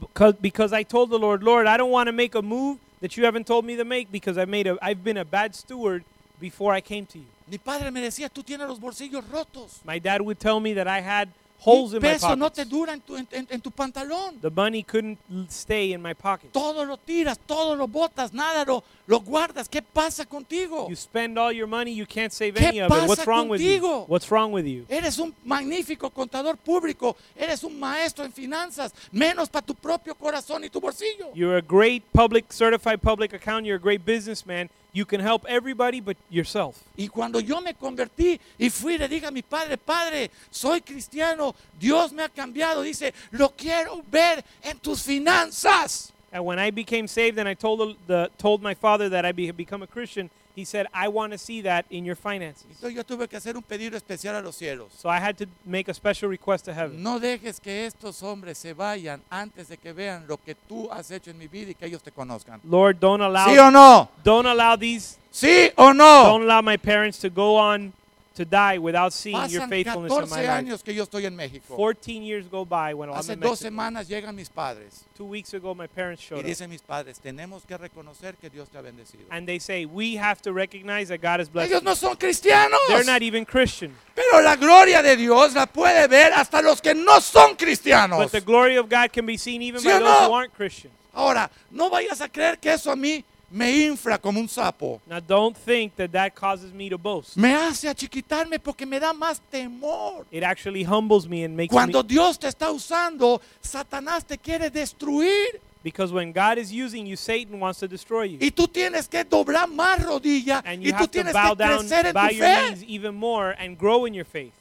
Because, because I told the Lord, Lord, I don't want to make a move that you haven't told me to make because I made a, I've been a bad steward before I came to you. Mi padre me decía, tú tienes los bolsillos rotos. My dad would tell me that I had holes Un in my peso no te pockets. dura en tu, en- en- en tu pantalón. The money couldn't l- stay in my pocket. Todo lo tiras, todo lo botas, nada lo, lo guardas. ¿Qué pasa contigo? You spend all your money, you can't save ¿Qué any of it. What's pasa wrong with you? contigo? What's wrong with you? Eres un magnífico contador público, eres un maestro en finanzas, menos para tu propio corazón y tu bolsillo. You're a great public certified public accountant, you're a great businessman. You can help everybody but yourself. Y cuando yo me convertí y fui, le dije a mi padre, padre, soy cristiano, Dios me ha cambiado, dice, lo quiero ver en tus finanzas. And when I became saved and I told the, the told my father that I be, had become a Christian, he said, "I want to see that in your finances." Entonces yo tuve que hacer un pedido especial a los cielos. So I had to make a special request to heaven. No dejes que estos hombres se vayan antes de que vean lo que tú has hecho en mi vida y que ellos te conozcan. Lord, don't allow ¿Sí o no? don't allow these ¿Sí o don't no? allow my parents to go on to die without seeing your Pasan faithfulness in my 14 life. años que yo estoy en México. 14 years go by when I'm Hace in dos Mexico. semanas llegan mis padres Two weeks ago, my parents y showed up, dicen mis padres, tenemos que reconocer que Dios te ha bendecido. and they say we have to recognize that God has blessed. Ellos you." no son cristianos, They're not e- even Christian, pero la gloria de Dios la puede ver hasta los que no son cristianos. but the glory of God can be seen even ¿Sí by o those no? who aren't Christian. Ahora, no vayas a creer que eso a mí me infla como un sapo. Now, don't think that that causes me to boast. Me hace achiquitarme porque me da más temor. It actually humbles me and makes Cuando me Dios te está usando, Satanás te quiere destruir because when God is using you, Satan wants to destroy you, y tú tienes que doblar más rodillas and y you tú have to tienes bow que down, crecer en bow tu your fe. knees even more, and grow in your faith.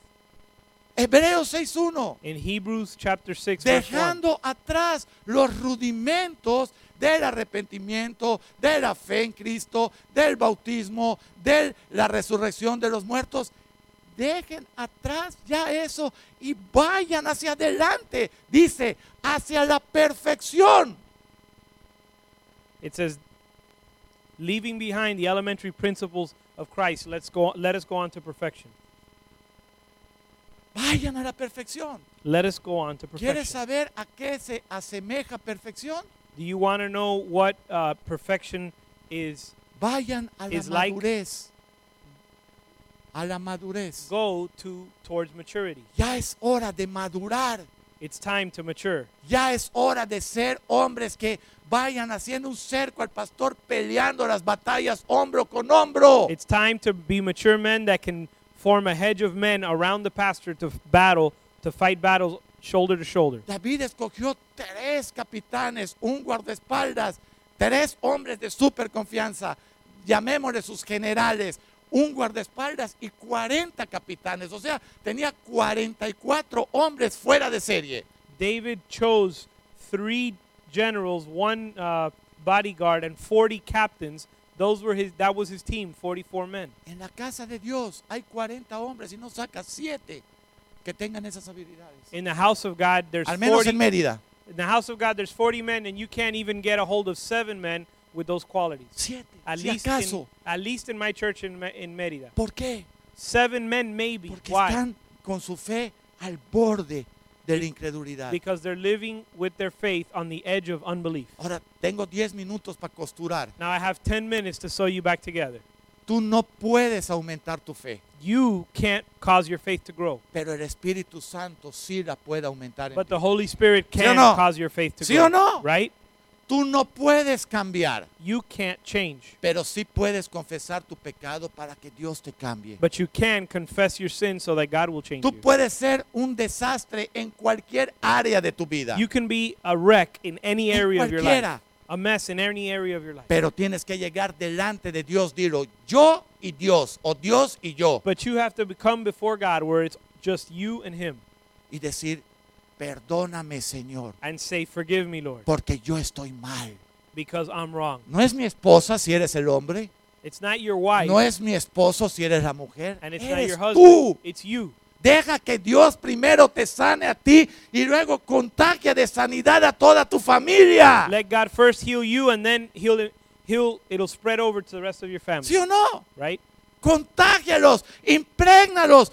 Hebreos 6.1 In Hebrews chapter six, verse one. dejando atrás los rudimentos del arrepentimiento, de la fe en Cristo, del bautismo, de la resurrección de los muertos. Dejen atrás ya eso y vayan hacia adelante, dice, hacia la perfección. It says, leaving behind the elementary principles of Christ, let's go. Let us go on to perfection. Vayan a la perfección. Let us go on to ¿Quieres perfection. saber a qué se asemeja perfección? Do you want to know what uh, perfection is? Vayan a la It's like- madurez. A la madurez. Go to towards maturity. Ya es hora de madurar. It's time to mature. Ya es hora de ser hombres que vayan haciendo un cerco al pastor peleando las batallas hombro con hombro. It's time to be mature men that can form a hedge of men around the pastor to f- battle, to fight battles shoulder to shoulder. David escogió tres capitanes, un guardaespaldas, tres hombres de super confianza, llamémosle sus generales, un guardaespaldas y 40 capitanes. O sea, tenía 44 hombres fuera de serie. David chose three generals, one uh, bodyguard, and 40 captains. Those were his. That was his team, 44 men. En la casa de Dios hay 40 hombres y no sacas 7 que tengan esas habilidades. In the house of God, there's Al menos 40. en Mérida. In the house of God, there's 40 men, and you can't even get a hold of seven men with those qualities. Siete. At si least, acaso. in, at least in my church in, Me- in Merida, ¿Por qué? seven men maybe. Porque Why? están con su fe al borde de la incredulidad. Because they're living with their faith on the edge of unbelief. Ahora tengo 10 minutos para costurar. Now I have 10 minutes to sew you back together. Tú no puedes aumentar tu fe, You can't cause your faith to grow, pero el Espíritu Santo sí la puede aumentar en but ti. the Holy Spirit ¿Sí o can no? cause your faith to ¿Sí grow. o no? Right? Tú no puedes cambiar, You can't change, pero sí puedes confesar tu pecado para que Dios te cambie. but you can confess your sin so that God will change Tú you. puedes ser un desastre en cualquier área de tu vida. You can be a wreck in any En area of your life. cualquiera. A a mess in any area of your life. Pero tienes que llegar delante de Dios, dilo, yo y Dios, o Dios y yo, But you have to become before God where it's just you and Him y decir, perdóname Señor, and say, Forgive me, Lord, porque yo estoy mal. because I'm wrong. No es mi esposa si eres el hombre, It's not your wife no es mi esposo si eres la mujer, and it's not eres your husband. tú. It's you. Deja que Dios primero te sane a ti y luego contagia de sanidad a toda tu familia. Let God first heal you and then he'll, he'll, it'll spread over to the rest of your family. ¿Sí o no? Right? Contágialos, impregnalos,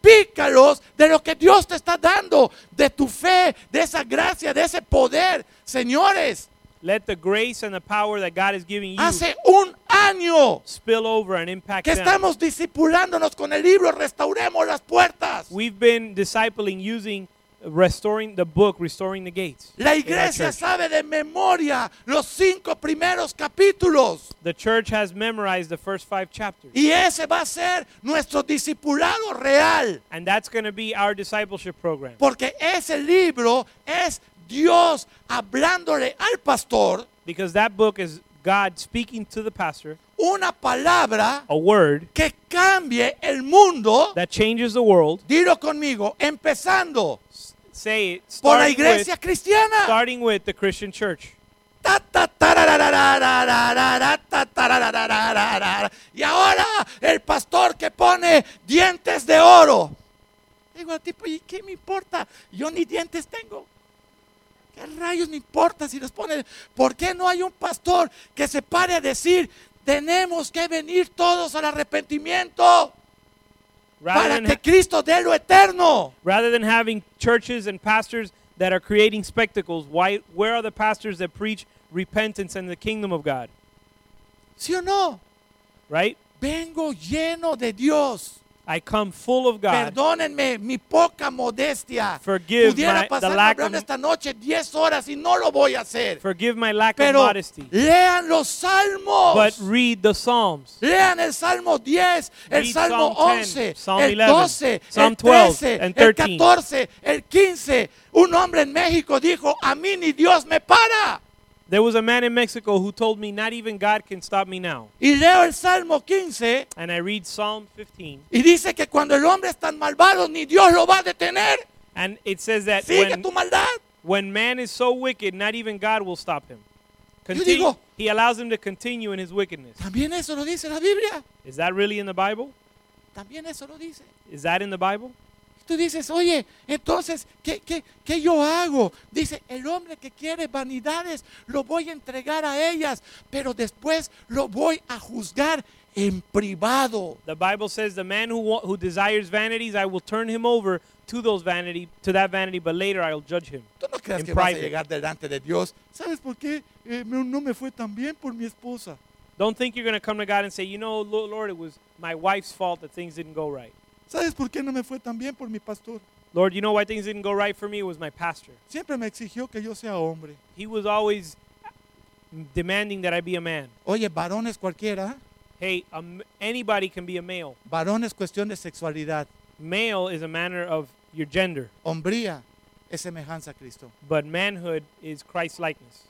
salpícalos de lo que Dios te está dando, de tu fe, de esa gracia, de ese poder. Señores, Let the grace and the power that God is giving you hace un año spill over and impact que them. estamos discipulándonos con el libro Restauremos las Puertas. We've been discipling using restoring the book, restoring the gates. La in our iglesia church. sabe de memoria los cinco primeros capítulos. The church has memorized the first five chapters. Y ese va a ser nuestro discipulado real, And that's going to be our discipleship program. porque ese libro es Dios hablándole al pastor Because that book is God speaking to the pastor, una palabra a word que cambie el mundo. that changes the world. Dilo conmigo, empezando S- Say it. por la starting with- iglesia cristiana. starting with the Christian church. Ta, ta, tararararararara, ta, tararararararara. Y ahora el pastor que pone dientes de oro. Digo al tipo, ¿y qué me importa? Yo ni dientes tengo. ¿Qué rayos me importa si los pone? ¿Por qué no hay un pastor que se pare a decir, tenemos que venir todos al arrepentimiento Rather para than, que Cristo dé lo eterno? rather than having churches and pastors that are creating spectacles, why, where are the pastors that preach repentance and the kingdom of God? ¿Sí o no? Right? Vengo lleno de Dios. I come full of God. Perdónenme mi poca modestia. Forgive Pudiera my- the pasar lack hablando of- esta noche 10 horas y no lo voy a hacer. Forgive my lack Pero of modesty. lean los salmos. But read the Psalms. Lean el Salmo 10, el Read Salmo Psalm 10, 11, Psalm el 11, 12, Psalm el 13, 12, and el 13. 14, el 15. Un hombre en México dijo, a mí ni Dios me para. There was a man in Mexico who told me, Not even God can stop me now. Y leo el Salmo 15 And I read Psalm 15, y dice que cuando el hombre es tan malvado, ni Dios lo va a detener. and it says that Sigue when, tu maldad. when man is so wicked, not even God will stop him. digo- he allows him to continue in his wickedness. También eso lo dice la Biblia. Is that really in the Bible? También eso lo dice. Is that in the Bible? Tú dices, oye, entonces, ¿qué, qué, qué yo hago? Dice, el hombre que quiere vanidades, lo voy a entregar a ellas, pero después lo voy a juzgar en privado. The Bible says the man who wa- who desires vanities, I will turn him over to those vanity to that vanity, but later I'll judge him. Tú no creas En que vas a privado. llegar delante de Dios. ¿Sabes por qué eh, me- no me fue tan bien por mi esposa? Don't think you're going to come to God and say, "You know, Lo- Lord, it was my wife's fault that things didn't go right." ¿Sabes por qué no me fue tan bien por mi pastor? Lord, you know why things didn't go right for me? It was my pastor. Siempre me exigió que yo sea hombre. He was always demanding that I be a man. Oye, varones cualquiera, ¿eh? Hey, um, anybody can be a male. varón es cuestión de sexualidad. Male is a matter of your gender, Hombría es semejanza a Cristo. but manhood is Christ likeness.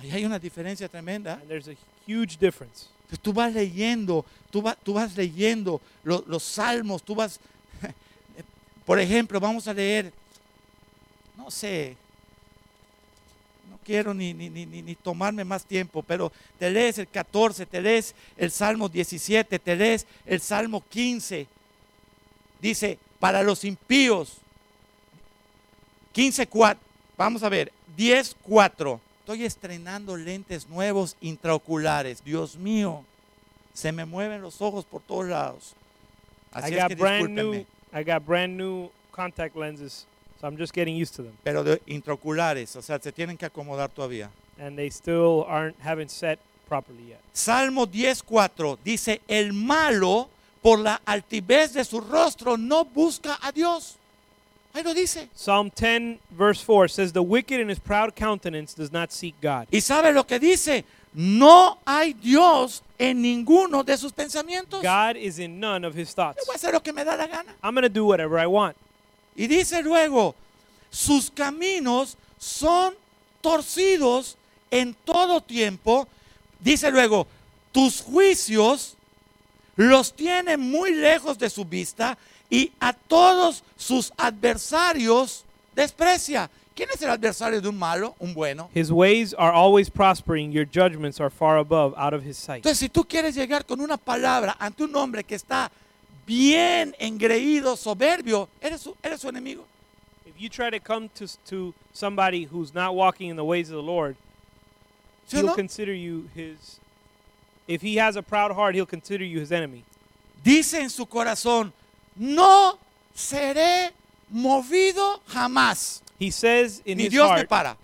Ahí hay una diferencia tremenda. And there's a huge difference. Entonces, Tú vas leyendo, tú, va- tú vas leyendo lo- los salmos, tú vas, por ejemplo, vamos a leer, no sé, no quiero ni, ni- ni- ni- ni tomarme más tiempo, pero te lees el 14, te lees el Salmo 17, te lees el Salmo 15. Dice, para los impíos, 15, 4, vamos a ver, 10, 4. Estoy estrenando lentes nuevos intraoculares. Dios mío, se me mueven los ojos por todos lados. I Así es got que brand new discúlpenme, I got brand new contact lenses, so I'm just getting used to them. pero de intraoculares, o sea, se tienen que acomodar todavía. And they still aren't haven't set properly yet. Salmo 10:4 dice, el malo por la altivez de su rostro no busca a Dios. Ahí lo dice. Psalm 10 verse 4 says the wicked in his proud countenance does not seek God. ¿Y sabe lo que dice? No hay Dios en ninguno de sus pensamientos. Yo God is in none of his thoughts. voy a hacer lo que me da la gana. I'm going to do whatever I want. Y dice luego, sus caminos son torcidos en todo tiempo, dice luego, tus juicios los tiene muy lejos de su vista y a todos sus adversarios desprecia. ¿Quién es el adversario de un malo? Un bueno. His ways are always prospering. Your judgments are far above, out of his sight. Entonces, si tú quieres llegar con una palabra ante un hombre que está bien engreído, soberbio, eres su, eres su enemigo. If you try to come to, to somebody who's not walking in the ways of the Lord, ¿Sí o he'll no? consider you his. If he has a proud heart, he'll consider you his enemy. Dice en su corazón, no seré movido jamás. He says in Ni his Dios me heart, para.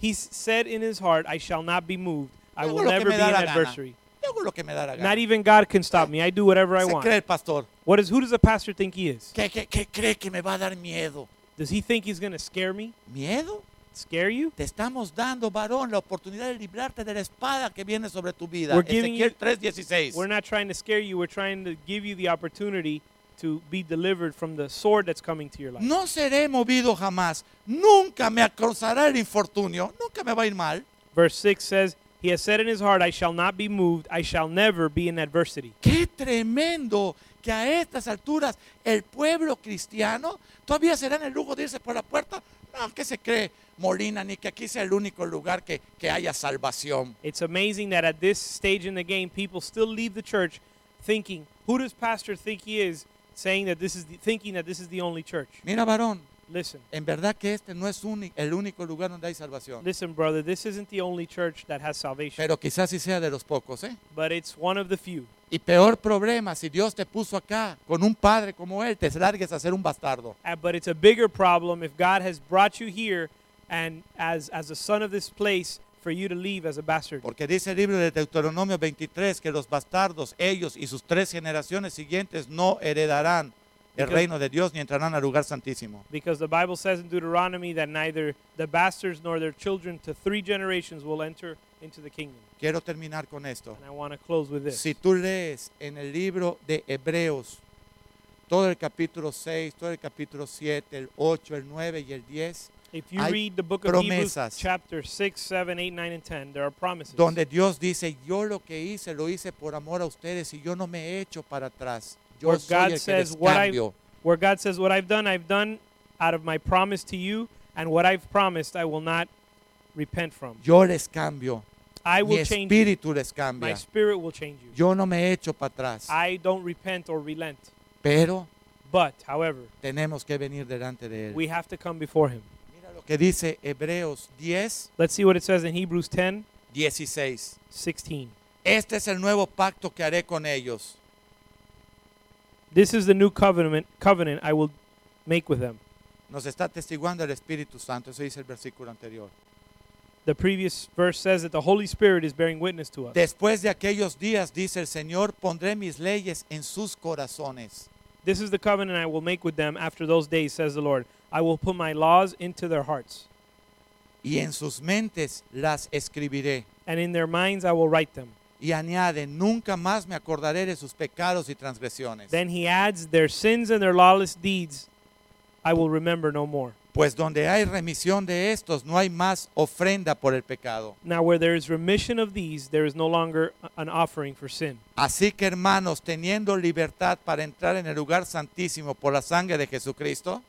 he s- said in his heart, I shall not be moved. I Yo hago will lo que never me be da an la gana. adversary. Yo hago lo que me da la gana. Not even God can stop me. I do whatever I Se cree want. el pastor. What is who does the pastor think he is? ¿Qué, qué, qué cree que me va a dar miedo? Does he think he's going to scare me? ¿Miedo? Scare you? Te estamos dando, varón, la oportunidad de librarte de la espada que viene sobre tu vida. We're giving Ezequiel you- We're 3.16. not trying to scare you. We're trying to give you the opportunity to be delivered from the sword that's coming to your life. No seré movido jamás. Nunca me acosará el infortunio. Nunca me va a ir mal. Verse 6 says, He has said in his heart, I shall not be moved. I shall never be in adversity. Qué tremendo que a estas alturas el pueblo cristiano todavía será en el lujo de irse por la puerta. No, que se cree Molina, ni que aquí sea el único lugar que, que haya salvación. It's amazing that at this stage in the game, people still leave the church thinking, Who does pastor think he is? Saying that this is the, thinking that this is the only church. Mira, varón, Listen, en verdad que este no es uni- el único lugar donde hay salvación. listen, brother, this isn't the only church that has salvation, Pero quizás sí sea de los pocos, ¿eh? but it's one of the few. Y peor problema, si Dios te puso acá con un padre como él, te largues a ser un bastardo. Uh, but it's a bigger problem if God has brought you here and as as a son of this place for you to leave as a bastard. Porque dice el libro de Deuteronomio 23 que los bastardos, ellos y sus tres generaciones siguientes, no heredarán el Because- reino de Dios ni entrarán al lugar santísimo. Because the Bible says in Deuteronomy that neither the bastards nor their children to three generations will enter into the kingdom. Quiero terminar con esto. And I want to close with this. Si tú lees en el libro de Hebreos todo el capítulo 6, todo el capítulo 7, el 8, el 9 y el 10, If you hay read the book of Hebrews, promesas. chapter 6, 7, 8, 9, and 10, there are promises. donde Dios dice, yo lo que hice, lo hice por amor a ustedes y yo no me he hecho para atrás. Yo Where soy God el que says, les "What I- cambio". where God says, What I've done, I've done out of my promise to you, and what I've promised, I will not repent from. Yo les cambio. Mi I will change you. espíritu les My cambia. spirit will change you. Yo no me he hecho para atrás. I don't repent or relent. Pero But, however, tenemos que venir delante de él. we have to come before him. Mira lo que dice Hebreos 10, Let's see what it says in Hebrews 10, 16. 16. Este es el nuevo pacto que haré con ellos. This is the new covenant covenant I will make with them. Nos está testiguando el Espíritu Santo. Eso dice el versículo anterior. The previous verse says that the Holy Spirit is bearing witness to us. Después de aquellos días, dice el Señor, pondré mis leyes en sus corazones This is the covenant I will make with them after those days, says the Lord. I will put my laws into their hearts, y en sus mentes las escribiré. and in their minds I will write them. Y añade, nunca más me acordaré de sus pecados y transgresiones. Then he adds, Their sins and their lawless deeds I will remember no more. Pues donde hay remisión de estos, no hay más ofrenda por el pecado. Now, where there is remission of these, there is no longer an offering for sin. Así que hermanos, teniendo libertad para entrar en el lugar santísimo por la sangre de Jesucristo,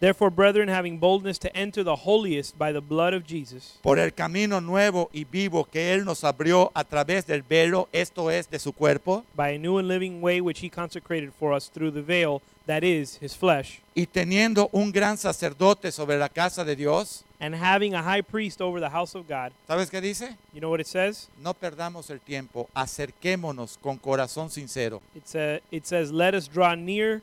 Therefore, brethren, having boldness to enter the holiest by the blood of Jesus, por el camino nuevo y vivo que Él nos abrió a través del velo, esto es de su cuerpo, by a new and living way which he consecrated for us through the veil, that is, his flesh, y teniendo un gran sacerdote sobre la casa de Dios, and having a high priest over the house of God. ¿sabes qué dice? You know what it says? No perdamos el tiempo, acerquémonos con corazón sincero. It, sa- it says, Let us draw near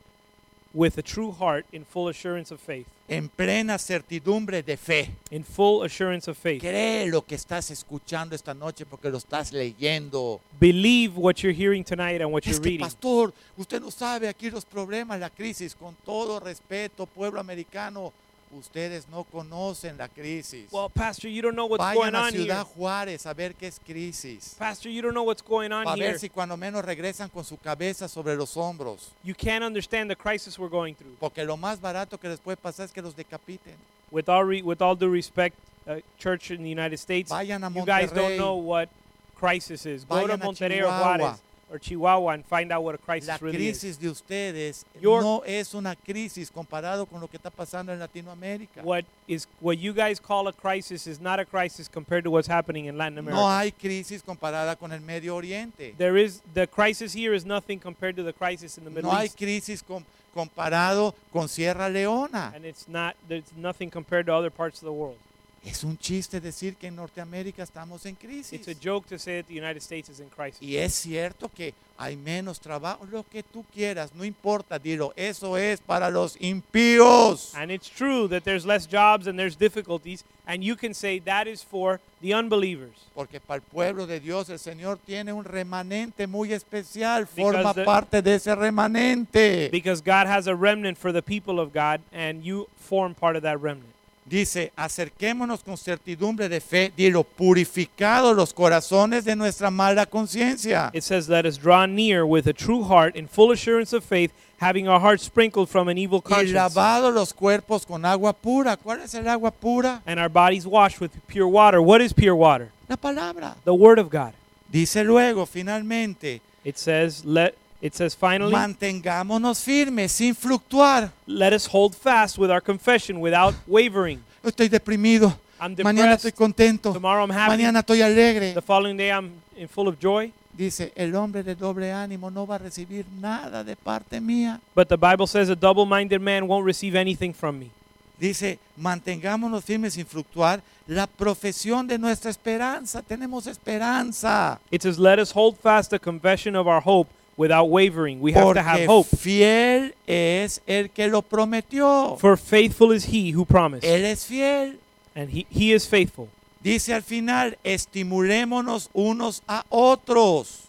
with a true heart in full assurance of faith. En plena certidumbre de fe. In full assurance of faith. Cree lo que estás escuchando esta noche porque lo estás leyendo. Believe what you're hearing tonight and what Es you're que, reading. pastor, usted no sabe aquí los problemas, la crisis. Con todo respeto, pueblo americano, ustedes no conocen la crisis. Well, Pastor, you don't know what's Vayan going a on Ciudad here. Juárez a ver qué es crisis. Pastor, you don't know what's going Para on here. ver si cuando menos regresan con su cabeza sobre los hombros. You can't understand the crisis we're going through. Porque lo más barato que les puede pasar es que los decapiten. With all, re- with all due respect, uh, church in the United States, Vayan a you guys don't Monterrey. know what crisis is. Go to Vayan a Monterrey or Chihuahua. Juarez or Chihuahua and find out what a La crisis really is. crisis de ustedes Your- no es una crisis comparado con lo que está pasando en Latinoamérica. What is what you guys call a crisis is not a crisis compared to what's happening in Latin America. No hay crisis comparada con el Medio Oriente. There is the crisis here is nothing compared to the crisis in the Middle No hay East, crisis com- comparado con Sierra Leona. and it's not there's nothing compared to other parts of the world. Es un chiste decir que en Norteamérica estamos en crisis. It's a joke to say that the United States is in crisis. Y es cierto que hay menos trabajo, lo que tú quieras, no importa, dilo, eso es para los impíos. And it's true that there's less jobs and there's difficulties, and you can say that is for the unbelievers. Porque para el pueblo de Dios el Señor tiene un remanente muy especial, Because forma the- parte de ese remanente. Because God has a remnant for the people of God, and you form part of that remnant. Dice, acerquémonos con certidumbre de fe, dilo, purificados los corazones de nuestra mala conciencia. It says, Let us draw near with a true heart in full assurance of faith, having our hearts sprinkled from an Y evil conscience, lavados los cuerpos con agua pura. ¿Cuál es el agua pura? and our bodies washed with pure water. What is pure water? La palabra. The Word of God. Dice luego, finalmente, It says, Let it says finally, mantengámonos firmes sin fluctuar. let us hold fast with our confession without wavering. Estoy deprimido. I'm Mañana depressed. estoy contento. Tomorrow I'm happy. Mañana estoy alegre. The following day I'm in full of joy. Dice, el hombre de doble ánimo no va a recibir nada de parte mía. But the Bible says a double minded man won't receive anything from me. Dice, mantengámonos firmes sin fluctuar la profesión de nuestra esperanza. Tenemos esperanza. It says, Let us hold fast the confession of our hope without wavering. We have to have Porque hope. fiel es el que lo prometió. For faithful is he who promised. Él es fiel. And he, he is faithful. Dice al final, estimulémonos unos a otros.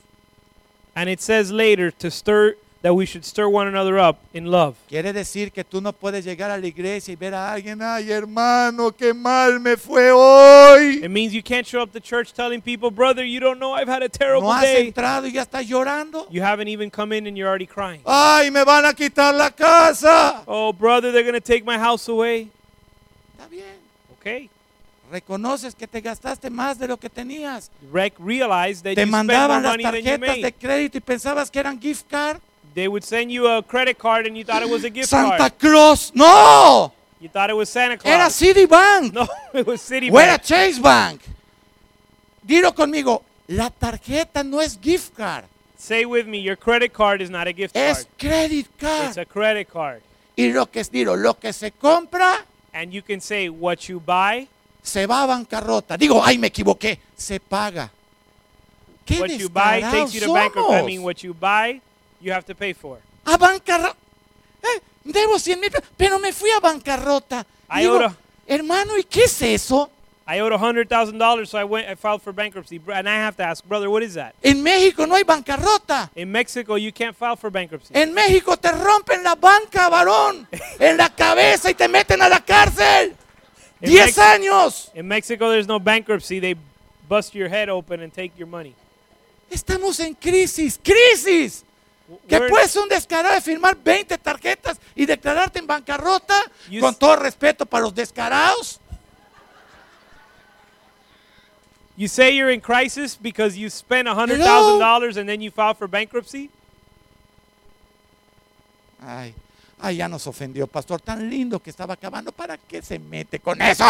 And it says later to stir that we should stir one another up in love. Quiere decir que tú no puedes llegar a la iglesia y ver a alguien, ay hermano, qué mal me fue hoy. It means you can't show up to church telling people, brother, you don't know I've had a terrible No has day. entrado y ya estás llorando. You haven't even come in and you're already crying. Ay, me van a quitar la casa. Oh, brother, they're going to take my house away. Está bien. Okay. Reconoces que te gastaste más de lo que tenías. Rec- realize that Te you spend more mandaban las money than you tarjetas made. de crédito y pensabas que eran gift card. They would send you a credit card and you thought it was a gift Santa card. Claus, no. You thought it was Santa Claus. Era Citibank. No, it was O era Citibank. Chase Bank. Dilo conmigo, la tarjeta no es gift card, Say with me, your credit card is not a gift es card. credit It's card. a credit card. Y lo que es, dilo, lo que se compra And you can say what you buy, se va a bancarrota. Digo, ay, me equivoqué, se paga. ¿Qué what you buy descarados takes you to bankrupt. I somos? mean, what you buy, you have to pay for. A bancarrota. debo 100 mil, pe- pero me fui a bancarrota. Ay, Digo, ahora. hermano, ¿y qué es eso? I owed $100,000, so I went I filed for bankruptcy. Br- And I have to ask, brother, what is that? En México no hay bancarrota. In Mexico, you can't file for bankruptcy. En México te rompen la banca, varón, en la cabeza y te meten a la cárcel. En ¡Diez Mex- años! In Mexico, there's no bankruptcy. They bust your head open and take your money. Estamos en crisis, crisis. ¿Qué We're- puedes un descarado de firmar 20 tarjetas y declararte en bancarrota? You Con s- todo respeto para los descarados. You say you're in crisis because you spent $100,000 and then you file for bankruptcy? Ay, ay, ya nos ofendió, pastor. Tan lindo que estaba acabando. ¿Para qué se mete con eso?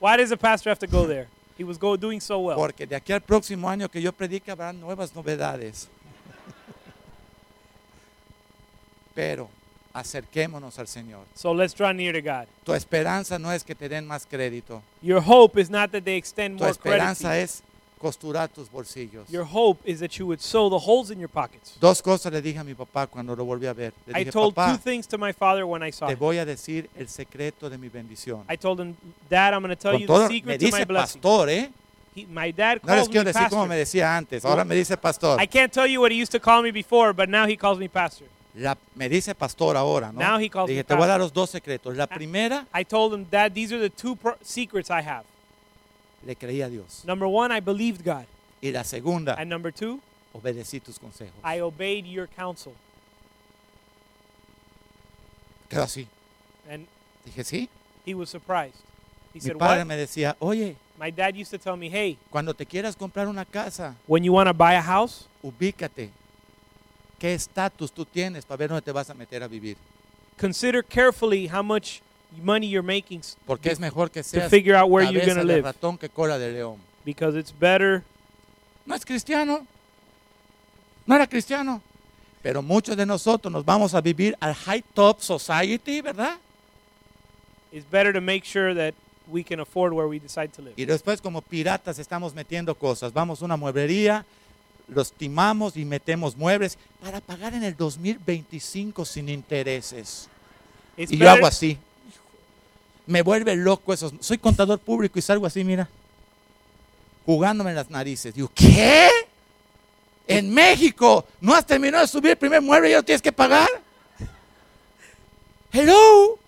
Why does the pastor have to go there? He was go doing so well. Porque de aquí al próximo año que yo predique habrá nuevas novedades. Pero acerquémonos al Señor. So let's draw near to God. Tu esperanza no es que te den más crédito. Your hope is not that they extend Tu more credit. esperanza to es costurar tus bolsillos. you. Your hope is that you would sew the holes in your pockets. Dos cosas le dije a mi papá cuando lo volví a ver. Le I dije, told two papá, things to my father when I saw te him. voy a decir el secreto de mi bendición. I told him, Dad, I'm going to tell Con you todo, the me secret to my dice blessing. pastor, ¿eh? He, my dad No les calls quiero me decir como me pastor. decía antes, ahora me dice pastor. I can't tell you what he used to call me before, but now he calls me pastor. La- me dice pastor ahora, ¿no? Now he calls Dije, me te voy a pastor. Ah. dar los dos secretos. La primera, I told him, Dad, these are the two pro- secrets I have. le creí a Dios. Number one, I believed God. Y la segunda, And number two, obedecí tus consejos. I obeyed your counsel. Quedó así. And Dije, sí, he was surprised. Mi He said, padre What? me decía, oye, My dad used to tell me, Hey, cuando te quieras comprar una casa, when you want to buy a house, ubícate. ¿Qué estatus tú tienes para ver dónde te vas a meter a vivir? consider carefully how much money you're making s- Porque es mejor que seas figure out where you're cabeza gonna de live. ratón que cola de león. because it's better. No es cristiano. No era cristiano. Pero muchos de nosotros nos vamos a vivir al high top society, ¿verdad? It's better to make sure that we can afford where we decide to live. Y después como piratas estamos metiendo cosas. Vamos a una mueblería, los timamos y metemos muebles para pagar en el 2025 sin intereses. It's Y yo hago better- así. Me vuelve loco esos. Soy contador público y salgo así, mira. Jugándome las narices. Digo, ¿qué? En México, no has terminado de subir el primer mueble y ya lo tienes que pagar. Hello.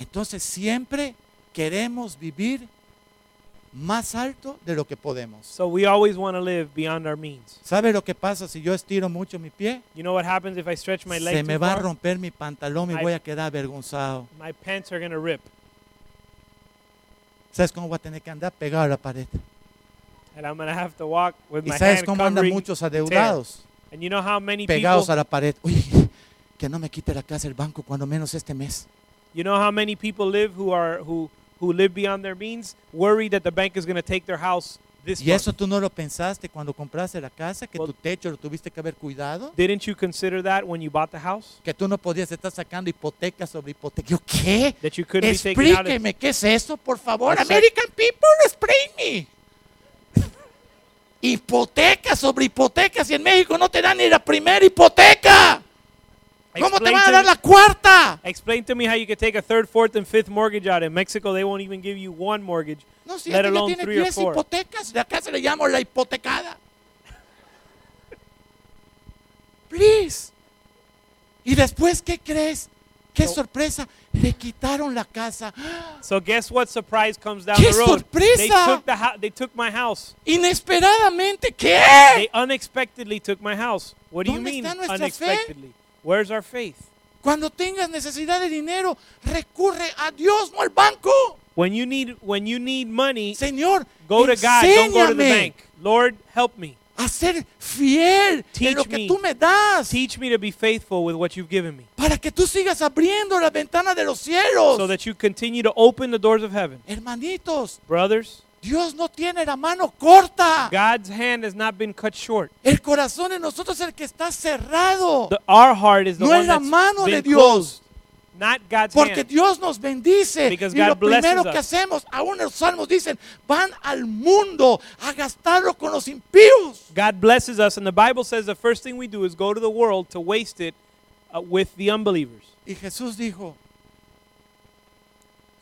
Entonces siempre queremos vivir más alto de lo que podemos. So we always want to live beyond our means. ¿Sabe lo que pasa si yo estiro mucho mi pie? You know what happens if I stretch my Se legs me too va a far? romper mi pantalón y I- voy a quedar avergonzado. My pants are going to rip, ¿Sabes cómo voy a tener que andar pegado a la pared? and I'm going to have to walk with ¿Y my sabes hand cómo andan covering muchos the tear. adeudados? And you know how many Pegados people a la pared. Uy, que no me quite la casa el banco cuando menos este mes. You know how many people live who are who who live beyond their means, worried that the bank is going to take their house this ¿Y eso month. tú no lo pensaste cuando compraste la casa? ¿Que Well- tu techo lo tuviste que haber cuidado? Didn't you consider that when you bought the house? ¿Que tú no podías estar sacando hipoteca sobre hipoteca? Yo, ¿qué? That you couldn't be taking out a, Explíqueme, ¿qué es eso, por favor? Exacto. American people, explain me. Hipoteca sobre hipoteca. Si en México no te dan ni la primera hipoteca. ¿Cómo te Explain van a to dar me- la cuarta? Explain to me how you could take a third, fourth, and fifth mortgage out. In Mexico, they won't even give you one mortgage, No, si let este ya alone tiene three or 10 four. hipotecas, de acá se le llama la hipotecada. Please. Y después, ¿qué crees? ¡Qué sorpresa! Le quitaron la casa. So guess what? Surprise comes down ¡Qué the road. They sorpresa! took the ho- they took my house. Inesperadamente, ¿qué? They unexpectedly took my house. What do you Eh. ¿Dónde mean está nuestra fe? unexpectedly? Where's our faith? Cuando tengas necesidad de dinero, recurre a Dios, no al banco. When you need when you need money, Señor, go to God. Don't go to the enséñame bank. Lord, help me. a ser fiel en Teach lo que me. tú me das Teach me to be faithful with what you've given me, para que tú sigas abriendo la ventana de los cielos. so that you continue to open the doors of heaven. Hermanitos, Brothers, Dios no tiene la mano corta. God's hand has not been cut short. El corazón en nosotros es el que está cerrado. The, our heart is the No one es la that's mano been de Dios. closed, not God's Porque hand. Dios nos bendice. Y Because lo God blesses primero us. que hacemos, aún los salmos dicen, van al mundo a gastarlo con los impíos. God blesses us, and the Bible says the first thing we do is go to the world to waste it uh, with the unbelievers. Y Jesús dijo,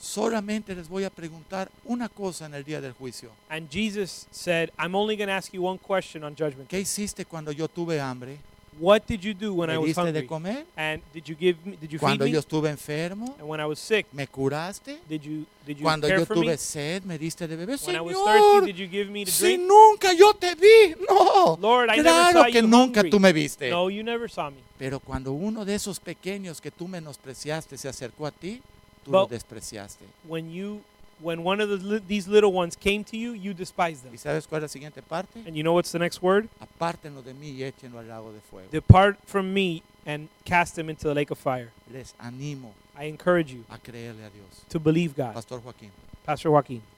solamente les voy a preguntar una cosa en el día del juicio. And Jesus said, "I'm only going to ask you one question on judgment. ¿Qué hiciste cuando yo tuve hambre? What did you do when I ¿Me was diste de hungry? comer? And did you give me? Did you feed Cuando me? yo estuve enfermo, and when I was sick, ¿me curaste? did you did you Cuando care yo for tuve me? sed, ¿me diste de beber? When I was thirsty, Señor, did you give me to si drink? nunca yo te vi, no. Lord, I never claro saw que you nunca hungry. tú me viste. No, you never saw me. Pero cuando uno de esos pequeños que tú menospreciaste se acercó a ti, tú lo But- despreciaste. When you, when one of the, li- these little ones came to you, you despised them. ¿Y sabes cuál es la siguiente parte? And you know what's the next word? Apártenlo de mí y échenlo al lago de fuego. Depart from me and cast them into the lake of fire. Les animo I encourage you a creerle a Dios. to believe God. Pastor Joaquín. Pastor Joaquin.